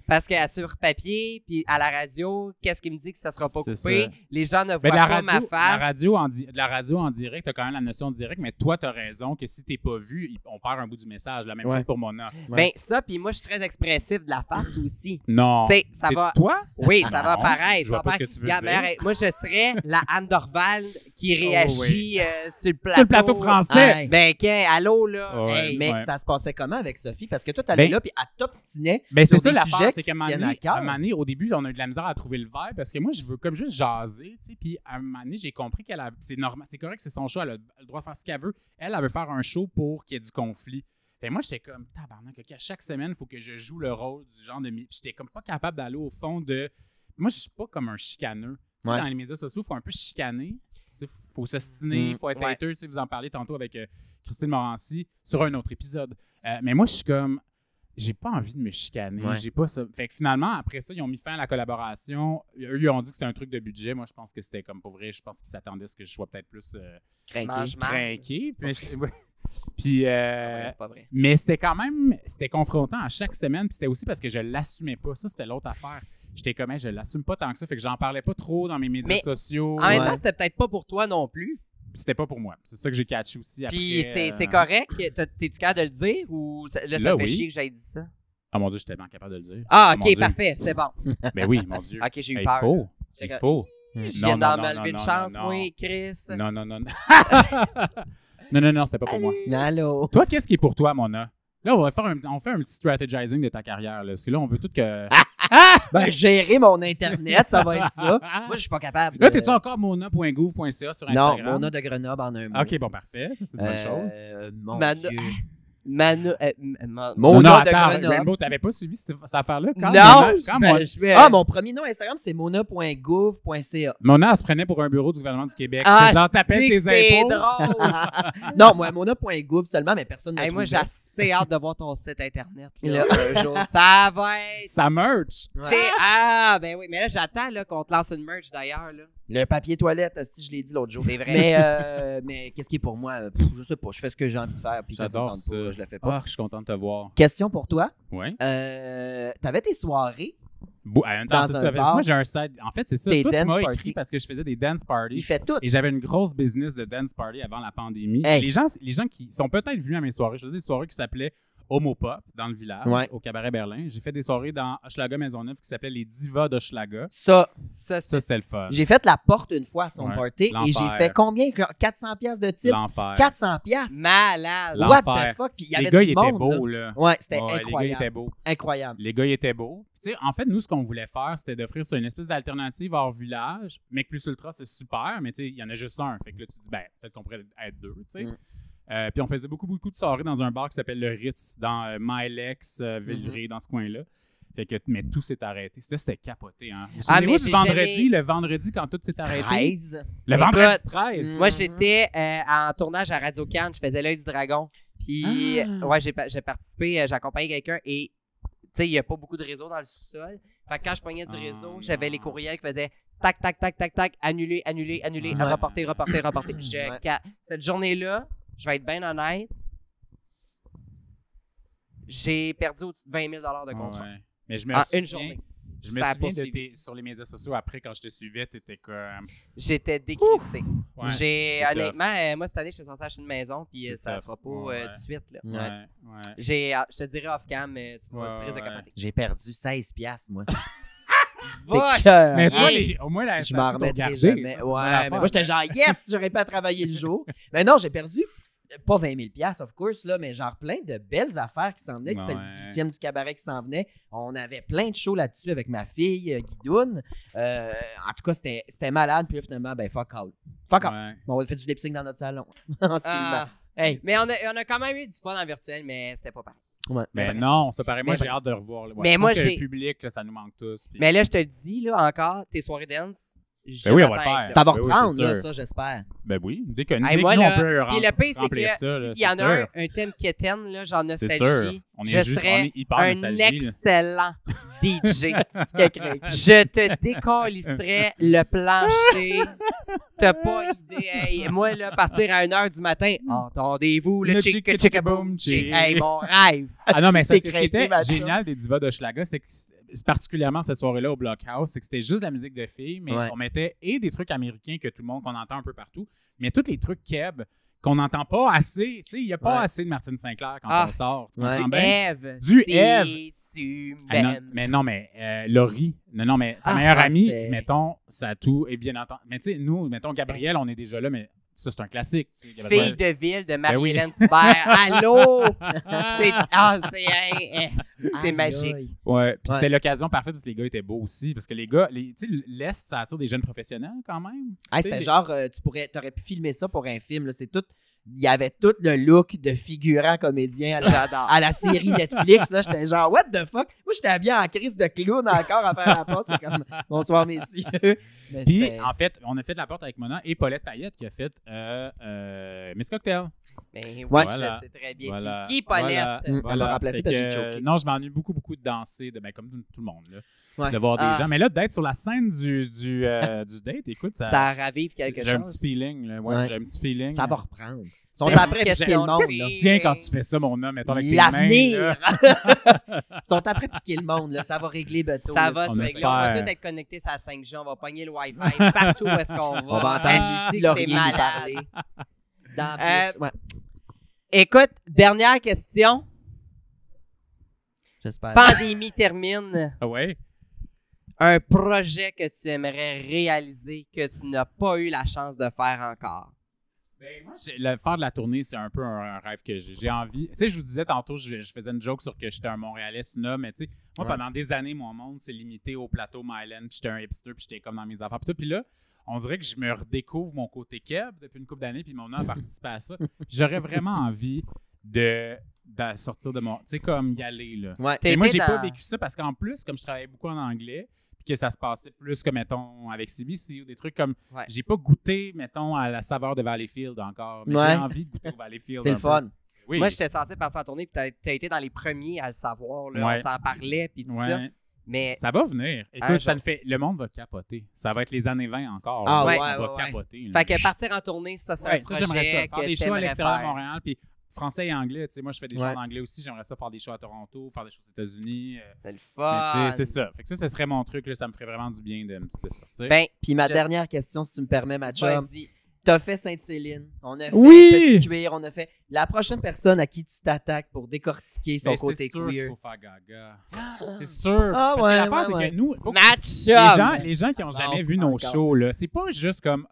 C: Parce qu'à sur papier, puis à la radio, qu'est-ce qui me dit que ça sera pas
D: C'est
C: coupé?
D: ça.
C: Les gens ne voient
D: Mais de la
C: pas ma
D: radio,
C: face.
D: la radio en di- de la radio en direct, t'as quand même la notion de direct, mais toi, t'as raison que si t'es pas vu, il- on perd un bout du message. La même
B: Ouais.
D: chose pour Mona.
C: Ben, ça, puis moi, je suis très expressif de la face aussi.
D: Non.
C: Tu sais, ça
D: T'es-tu
C: va.
D: Toi?
C: Oui, ça va
D: Non,
C: pareil.
D: je vois
C: ça va
D: pas ce
C: pareil.
D: que tu veux
C: Regarde,
D: dire. Oh,
C: mais, hey, moi, je serais la Anne Dorval qui réagit euh, sur le plateau.
D: Sur le plateau français.
B: Hey.
C: Ben, qu'est, allô, là.
D: Ouais.
C: hey,
B: Mais
D: Ouais.
B: ça se passait comment avec Sophie? Parce que toi, t'allais
D: Ben-
B: là, puis elle t'obstinait.
D: Ben, c'est
B: Sur
D: ça
B: des
D: l'affaire, c'est
B: sujets qui
D: qu'à un moment
B: tiennent
D: donné-
B: à cœur.
D: à un moment donné, au début, on a eu de la misère à trouver le verre parce que moi, je veux comme juste jaser, tu sais, puis à un moment donné, j'ai compris qu'elle a- c'est normal, c'est correct, c'est son show, elle a le droit de faire ce qu'elle veut. Elle, elle veut faire un show pour qu'il y ait du conflit. Fait que moi, j'étais comme, tabarnak, OK, à chaque semaine, il faut que je joue le rôle du genre de... mi- Puis j'étais comme pas capable d'aller au fond de... Moi, je suis pas comme un chicaneux. Tu sais,
B: Ouais.
D: Dans les médias sociaux, il faut un peu chicaner. Il faut s'ostiner, il
B: Mm.
D: faut être
C: Ouais.
D: hater. Tu sais, Vous en parlez tantôt avec euh, Christine Morancy sur un autre épisode. Euh, mais moi, je suis comme j'ai pas envie de me chicaner.
B: Ouais.
D: J'ai pas ça. Fait que finalement, après ça, ils ont mis fin à la collaboration. Eux, ils ont dit que c'était un truc de budget. Moi, je pense que c'était comme pour vrai. Je pense qu'ils s'attendaient à ce que je sois peut-être plus euh,
B: Craqué.
C: mange mal.
D: craqué. Puis, je- ouais. Puis, euh,
C: Ouais, c'est pas vrai.
D: mais c'était quand même c'était confrontant à chaque semaine. Puis c'était aussi parce que je l'assumais pas. Ça, c'était l'autre affaire. J'étais comme, Hey, je l'assume pas tant que ça. Fait que j'en parlais pas trop dans mes médias
C: Mais
D: sociaux.
C: En même
B: Ouais.
C: temps, c'était peut-être pas pour toi non plus.
D: C'était pas pour moi. C'est ça que j'ai catché aussi. après,
C: Puis c'est
D: euh,
C: c'est correct. T'as- T'es-tu capable de le dire ou ça- là, ça
D: Là,
C: fait
D: oui.
C: chier que j'aille dit ça?
D: Ah mon Dieu, j'étais bien capable de le dire.
C: Ah,
D: Mon Dieu.
C: ok, parfait, c'est bon.
D: Ben oui, mon Dieu.
C: Ok, Ah, j'ai eu
D: Ben,
C: peur.
D: Il faut.
C: J'ai
D: Il
C: comme-
D: faut.
C: Je
D: Non, non,
C: viens d'en
D: non,
C: m'enlever
D: non,
C: une
D: non,
C: chance,
D: non.
C: oui, Chris.
D: Non, non, non. non. non, non, non, c'était pas pour moi.
B: Allô?
D: Toi, qu'est-ce qui est pour toi, Mona? Là, on, va faire un, on fait un petit strategizing de ta carrière. Là, parce que là, on veut tout que.
C: Ah,
B: Ben, gérer mon Internet, ça va être ça. Moi, je suis pas capable.
D: Là,
B: de-
C: euh,
D: t'es-tu encore mona.gouv.ca sur
B: Non,
D: Instagram?
B: mon de Grenoble en un mot.
D: OK, bon, parfait. Ça, c'est une bonne chose.
B: Euh, Mon
C: Mano-
B: Dieu.
C: Manu- euh, m- ma-
D: non,
B: Mon nom de
D: attends,
B: Grenoble.
D: Rainbow, t'avais pas suivi cette, cette affaire-là? Quand
C: non,
D: Mona-
C: je
D: quand
C: vais-
D: Mona-
C: je vais.
B: Ah, mon premier nom Instagram, c'est mona.gouv.ca.
D: Mona, elle se prenait pour un bureau du gouvernement du Québec.
C: Ah,
D: C'était genre, t'appelles
C: c'est que
D: tes
C: c'est
D: impôts.
C: drôle.
B: non, moi, mona.gouv seulement, mais personne ne
C: Hey, moi, j'ai
B: trouve.
C: assez hâte de voir ton site internet. Là,
B: Là. euh,
C: un jour. ça va être.
D: Ça merch.
B: Ouais.
C: T'es- Ah, ben oui, mais là, j'attends là, qu'on te lance une merch d'ailleurs. là.
B: Le papier toilette, asti, je l'ai dit l'autre jour.
C: C'est vrai.
B: Mais, euh, mais qu'est-ce qui est pour moi? Pff, je sais pas, je fais ce que j'ai envie de faire. Puis quand
D: J'adore
B: ça me tente
D: ça.
B: pas, je le fais pas.
D: Ah, je suis content de te voir.
B: Question pour toi.
D: Ouais.
B: Euh, T'avais tes soirées,
D: Bou- en même temps,
B: Dans
D: c'est
B: un
D: ça.
B: bar.
D: Moi, j'ai un site. En fait, c'est ça.
B: Tes
D: Toi, tu
B: dance
D: m'as
B: parties.
D: écrit parce que je faisais des dance
B: il
D: parties.
B: fait tout.
D: Et j'avais une grosse business de dance party avant la pandémie.
B: Hey.
D: Les, gens, les gens qui sont peut-être venus à mes soirées, je faisais des soirées qui s'appelaient Homo Pop dans le village,
B: Ouais.
D: au Cabaret Berlin. J'ai fait des soirées dans Hochelaga Maisonneuve qui s'appelaient Les Divas d'Hochelaga.
B: Ça,
C: Ça, c'est
D: Ça, c'était le fun.
B: j'ai fait la porte une fois à son
D: Euh, Ouais,
B: party et j'ai
D: l'enfer.
B: fait combien? Genre 400 piastres de type?
D: L'enfer.
B: 400 piastres?
C: malade.
D: Là,
B: What the
D: l'enfer.
B: fuck? Puis il y avait
D: Les gars,
B: du
D: ils étaient
B: monde,
D: beaux, là.
B: là. Ouais, c'était
D: Ouais, Les gars, ils
B: incroyable.
D: étaient beaux.
B: Incroyable.
D: Les gars, ils étaient beaux. Puis, tu sais, en fait, nous, ce qu'on voulait faire, c'était d'offrir ça une espèce d'alternative hors village. Mais que plus ultra, c'est super. Mais tu sais, il y en a juste un. Fait que là, tu te dis, ben, peut-être qu'on pourrait être deux, tu sais.
B: Mm.
D: Euh, puis on faisait beaucoup, beaucoup de soirées dans un bar qui s'appelle le Ritz, dans euh, Milex, euh,
C: Mm-hmm.
D: Villeray, dans ce coin-là. Fait que, mais tout s'est arrêté. C'était, c'était capoté, hein. Vous
C: Ah,
D: souvenez-vous
C: mais
D: du
C: j'ai
D: vendredi,
C: jamais-
D: le vendredi, quand tout s'est arrêté?
B: 13.
D: Le
C: Écoute,
D: vendredi 13!
B: Mm.
C: Moi, j'étais euh, en tournage à Radio Cannes, je faisais l'œil du dragon. Puis,
D: Ah!
C: ouais, j'ai, pa- j'ai participé, euh, j'ai accompagné quelqu'un et, tu sais, il n'y a pas beaucoup de réseau dans le sous-sol. Fait que quand je pognais du
D: Ah,
C: réseau,
D: non.
C: j'avais les courriels qui faisaient tac, tac, tac, tac, tac, annuler, annuler, annuler,
D: Ouais.
C: reporter, reporter, reporter. Je
B: Ouais.
C: ca- Cette journée-là, je vais être bien honnête, j'ai perdu au-dessus de 20 000 de contrat.
D: Ouais. Mais je me
C: En
D: souviens,
C: Ah, une journée.
D: Je me
C: Ça a
D: souviens de
C: poursuivi.
D: tes- sur les médias sociaux après, quand je te suivais, t'étais comme.
C: J'étais décrissé.
D: Ouais.
C: J'ai,
D: c'est
C: honnêtement, euh, moi, cette année, je suis censé acheter une maison, puis
D: C'est
C: euh, ça ne
D: tough.
C: se fera pas
D: Ouais.
C: euh, tout de suite, là.
B: Ouais.
D: Ouais, ouais.
C: J'ai, ah, je te dirais off-cam, mais tu, vas,
D: Ouais,
C: tu risques de
D: ouais.
C: capoter.
B: J'ai perdu 16 piastres, moi.
C: Va
B: T'es
C: chier.
B: cœur.
D: Mais toi,
C: Hey.
D: les- au moins, la
B: Je
D: SAQ
B: m'en
D: t'ont
B: remettrai
D: gardé, ça,
B: jamais.
D: c'est une
B: ouais,
D: affaire.
B: mais moi, j'étais genre, yes, j'aurais pas travaillé le jour. Mais non, j'ai perdu, euh, pas 20 000 of course, là, mais genre plein de belles affaires qui s'en venaient, qui
D: Ouais.
B: était le 18e du cabaret qui s'en venait. On avait plein de shows là-dessus avec ma fille, euh, Guidoune. Euh, en tout cas, c'était c'était malade. Puis là, finalement, ben, fuck out. Fuck out.
D: Ouais.
B: Bon, on a fait du lip-sync dans notre salon. en suivant.
C: Ah.
B: Hey,
C: Mais on a, on a quand même eu du fun en virtuel, mais c'était pas pareil.
B: ouais,
D: Mais
B: bref.
D: Ben non, c'est pas pareil. Moi,
B: Mais
D: j'ai
B: bref.
D: hâte de revoir. là. Ouais,
C: Mais
D: je pense
C: moi,
D: que
C: j'ai-
D: Le public, là, ça nous manque tous. puis-
C: Mais là, je te le dis, là, encore, tes soirées dance. je
D: Ben oui, on
C: t'attends
D: va le
C: avec,
D: faire.
C: là.
B: Ça va
D: Ben oui,
B: reprendre,
D: c'est
B: là,
D: sûr.
B: ça, j'espère.
D: Ben oui, dès que,
C: Hey,
D: dès que
C: moi,
D: nous,
C: là,
D: on peut
C: Puis
D: rem-
C: le pire, c'est
D: remplir
C: que
D: ça. là,
C: s'il y en
D: c'est
C: a un,
D: sûr.
C: un thème qui étonne, là, genre
D: c'est
C: nostalgie,
D: sûr. On est
C: je
D: juste, on
C: serais
D: est hyper
C: un
D: nostalgie, là.
C: excellent DJ.
B: C'est que craque.
D: Ah,
C: Je te décalisserais le plancher. T'as pas idée. Hey, moi, là, partir à 1h du matin, entendez-vous le
D: Hmm. Le
C: chick
D: chick-
C: chick boom chick.
D: chick.
C: Hey, mon rêve.
D: Ah non, mais c'est parce que ce qui
B: T'es
D: était
B: craqué, Mathieu.
D: génial des divas de Schlaga, c'est que c'est- particulièrement cette soirée-là au Blockhouse, c'est que c'était juste la musique de filles, mais
B: Ouais.
D: on mettait et des trucs américains que tout le monde, qu'on entend un peu partout, mais tous les trucs keb qu'on n'entend pas assez. Tu sais, il n'y a pas
B: Ouais.
D: assez de Martine Sinclair quand
C: Ah.
D: on sort. Tu
B: Ouais. Eh ben.
D: comprends bien?
C: Eve.
D: ben. Du
C: si
D: Ève.
C: Tu
D: Ah, non,
C: m'aimes.
D: mais non, mais euh, Laurie, non, non, mais ta
B: Ah,
D: meilleure
B: ouais,
D: amie,
B: c'était-
D: mettons, ça a tout, et bien entendu. Mais tu sais, nous, mettons, Gabriel, on est déjà là, mais ça, c'est un classique. tu sais, Gabriel.
C: Fille de ville de
D: Ben oui.
C: Marie-Hélène Thibert. Allô? C'est ah, c'est hein, hein, c'est
B: Aïe,
C: magique.
B: aïe.
D: Ouais, puis
B: Ouais.
D: c'était l'occasion parfaite parce que les gars étaient beaux aussi. Parce que les gars, les, tu sais, l'Est, ça attire des jeunes professionnels quand même. Tu
B: Hey,
D: sais,
B: c'était
D: les-
B: genre, euh, tu pourrais, t'aurais pu filmer ça pour un film. là. C'est tout. Il y avait tout le look de figurant comédien à la,
C: J'adore.
B: à la série Netflix. Là, j'étais genre, what the fuck? Moi, j'étais habillé en crise de clown encore à faire la porte. C'est comme, bonsoir, messieurs. Mais
D: Puis,
B: c'était-
D: en fait, on a fait de la porte avec Mona et Paulette Payette qui a fait euh, euh, Miss Cocktail.
C: Mais oui,
B: Ouais.
D: Voilà.
C: je sais très bien.
D: Voilà.
C: C'est qui, Paulette?
D: Voilà.
B: Mm, elle m'a
D: Voilà.
B: remplacé
D: Fait
B: parce que
D: que,
B: j'ai choqué.
D: Non, je m'ennuie beaucoup, beaucoup de danser, de, ben, comme tout, tout le monde, là,
B: Ouais.
D: de voir des
C: Ah.
D: gens. Mais là, d'être sur la scène du, du, euh, du date, écoute, ça,
C: Ça ravive quelque
D: j'ai un
C: chose.
D: petit feeling. là. Ouais,
B: Ouais.
D: J'ai un petit feeling.
B: ça va reprendre. Ils sont
C: hein. C'est
B: après
C: une
B: piquer le
C: question
B: monde.
C: de
B: là.
C: vie.
D: Tiens, quand tu fais ça, mon homme, mettons avec tes mains.
B: L'avenir.
D: là.
B: Ils sont après piquer le monde. Là. Ça va régler bateau.
C: Ça
B: là,
C: va
B: tu
C: se
B: sais.
C: régler. On va
D: espère.
C: tout être connectés à la 5G. On va pogner le Wi-Fi partout où est-ce qu'on va.
B: On va
C: Esti
B: entendre
C: que c'est
B: Lucie Laurier nous
C: malade.
B: parler. Dans
C: Euh,
B: plus- ouais,
C: Écoute, dernière question.
B: j'espère.
C: Pandémie termine.
D: Ah ouais.
C: Un projet que tu aimerais réaliser que tu n'as pas eu la chance de faire encore.
D: Ben, moi, j'ai- le faire de la tournée, c'est un peu un, un rêve que j'ai. J'ai envie. Tu sais, je vous disais tantôt, je, je faisais une joke sur que j'étais un Montréalais snob, mais tu sais, moi,
B: Ouais.
D: pendant des années, mon monde s'est limité au plateau Myland, puis j'étais un hipster, puis j'étais comme dans mes affaires. Puis tout. Puis là, on dirait que je me redécouvre mon côté keb depuis une couple d'années, puis mon nom a participé à ça. Puis J'aurais vraiment envie de de sortir de mon. Tu sais, comme y aller, là.
B: Ouais.
C: T'es-
D: Mais moi,
C: T'étais
D: j'ai pas
C: dans-
D: vécu ça parce qu'en plus, comme je travaillais beaucoup en anglais, puis que ça se passait plus que, mettons, avec CBC ou des trucs comme.
C: Ouais.
D: J'ai pas goûté, mettons, à la saveur de Valleyfield encore, mais
B: Ouais.
D: j'ai envie de goûter au Valleyfield.
B: C'est
D: un
B: le fun.
D: peu. Oui.
C: Moi, j'étais censé partir en tournée, puis t'as, t'as été dans les premiers à le savoir. Là.
D: Ouais.
C: On s'en parlait, puis tout ça.
D: Ouais.
C: Mais
D: Ça va venir.
C: Un
D: Écoute, ça
C: jour.
D: le fait. Le monde va capoter. Ça va être les années 20 encore.
B: Ah
D: là.
B: ouais,
D: On
B: ouais,
D: va
B: ouais.
D: capoter. là.
C: fait que partir en tournée, ça, c'est un
D: Ouais, ça,
C: projet
D: j'aimerais ça. Faire
C: que
D: des shows à
C: t'aimerais
D: l'extérieur de
C: faire.
D: Montréal, puis français et anglais. Tu sais, moi, je fais des shows
B: Ouais.
D: en anglais aussi. J'aimerais ça faire des shows à Toronto, faire des shows aux États-Unis. euh,
C: C'est le
D: mais
C: fun.
D: tu sais, c'est ça. Fait que ça, ce serait mon truc. Là, ça me ferait vraiment du bien de me de sortir.
C: Ben,
B: Puis ma
C: je-
B: dernière question, si tu me permets, ma chum.
C: vas-y.
B: T'as fait Sainte-Céline. On a fait
D: Oui!
B: Petit Cuir. On a fait. La prochaine personne à qui tu t'attaques pour décortiquer son
D: Ben,
B: côté
D: c'est sûr qu'il
B: queer.
D: faut faire gaga. C'est sûr.
B: Ah,
D: Parce que
B: ouais,
D: l'affaire,
B: ouais,
D: c'est
B: ouais.
D: que nous, faut que- les, gens,
C: Match-up!
D: les gens qui n'ont jamais
B: Encore,
D: vu nos
B: encore.
D: shows, là, c'est pas juste comme.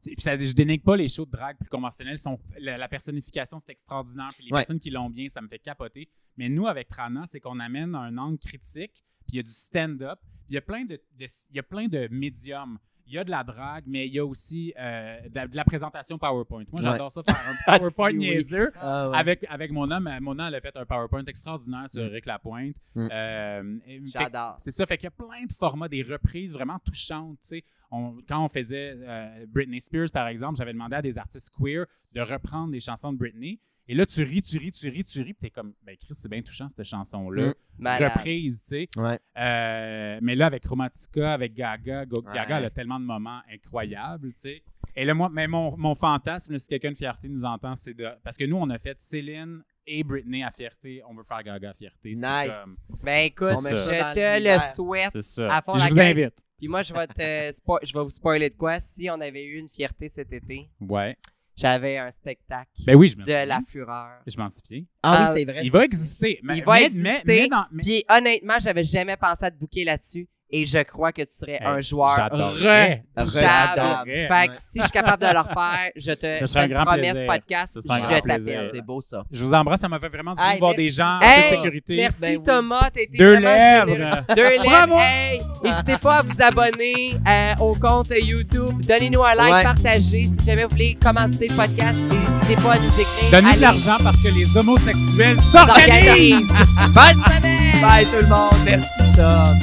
D: c'est- Puis ça, je dénigre pas les shows de drague plus conventionnels. Sont, la, la personnification, c'est extraordinaire. Puis les
B: Ouais.
D: personnes qui l'ont bien, ça me fait capoter. Mais nous, avec Trana, c'est qu'on amène un angle critique. Puis il y a du stand-up. Puis il y a plein de, de- il y a plein de médiums. Il y a de la drague, mais il y a aussi euh, de, la- de la présentation PowerPoint. Moi, j'adore ça, faire un PowerPoint
B: Ah, si, oui.
D: niaiseux.
B: Ah ouais.
D: Avec, avec mon homme, euh, mon homme, elle a fait un PowerPoint extraordinaire sur
B: Mm.
D: Eric Lapointe.
B: Mm.
D: Euh, et- fait-
C: J'adore.
D: c'est ça, fait qu'il y a plein de formats, des reprises vraiment touchantes. tu sais. On- quand on faisait euh, Britney Spears, par exemple, j'avais demandé à des artistes queer de reprendre des chansons de Britney. Et là, tu ris, tu ris, tu ris, tu ris, puis t'es comme, ben Chris, c'est bien touchant cette chanson-là.
B: Mm.
C: Malade.
D: Reprise, tu sais.
B: Ouais.
D: Euh, mais là, avec Chromatica, avec Gaga, Go-
B: Ouais.
D: Gaga, elle a tellement de moments incroyables, tu sais. Et là, moi, mais mon, mon fantasme, si quelqu'un de fierté nous entend, c'est de. Parce que nous, on a fait Céline et Britney à fierté, on veut faire Gaga à fierté. C'est
B: Nice.
D: comme-
C: Ben écoute,
D: On met
C: je
B: ça dans
C: te le
B: l'univers.
C: souhaite.
D: C'est ça.
C: À fond
D: Puis
C: la
D: je vous
C: caisse.
D: invite.
C: Puis moi, je vais, te spo- je vais vous spoiler de quoi. Si on avait eu une fierté cet été,
D: Ouais.
C: j'avais un spectacle
D: Ben oui, je m'en
C: de
D: souviens.
C: la fureur.
D: Je m'en souviens.
B: Ah
C: Ah,
B: oui, c'est vrai.
D: Euh, Il va exister. mais-
C: Il va
D: mais-
C: exister.
D: mais- mais dans- mais-
C: Puis honnêtement, j'avais jamais pensé à te booker là-dessus. Et je crois que tu serais
D: Hey,
C: un joueur
D: j'adorerais.
C: redoutable.
D: J'adorerais.
C: Fait que
B: Ouais.
C: si je suis capable de le refaire, je te
D: Ce
C: je
D: serait un
C: te
D: grand
C: promets ce
D: plaisir.
C: podcast,
D: Ce serait un
C: je
D: grand plaisir.
C: t'appelle.
B: C'est beau ça.
D: Je vous embrasse, ça m'a fait vraiment du bien
B: Hey,
D: de voir
B: merci.
D: des gens en
C: Hey,
D: Ah, toute sécurité.
C: Merci
B: Ben oui.
C: Thomas, t'as été
D: Deux
C: vraiment
D: lèvres.
C: généreux. Deux lèvres.
D: Bravo.
C: Hey, n'hésitez pas à vous abonner euh, au compte YouTube. Donnez-nous un like,
B: Ouais.
C: partagez. Si jamais vous voulez commenter le podcast, n'hésitez pas à nous écrire.
D: Donnez
C: Allez,
D: de l'argent parce que les homosexuels
C: on s'organise.
D: s'organisent.
C: Bonne semaine.
B: Bye tout le monde. Merci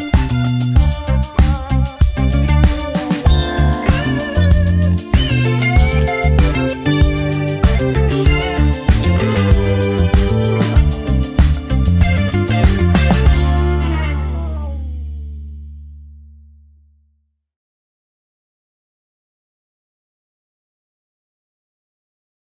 B: Tom.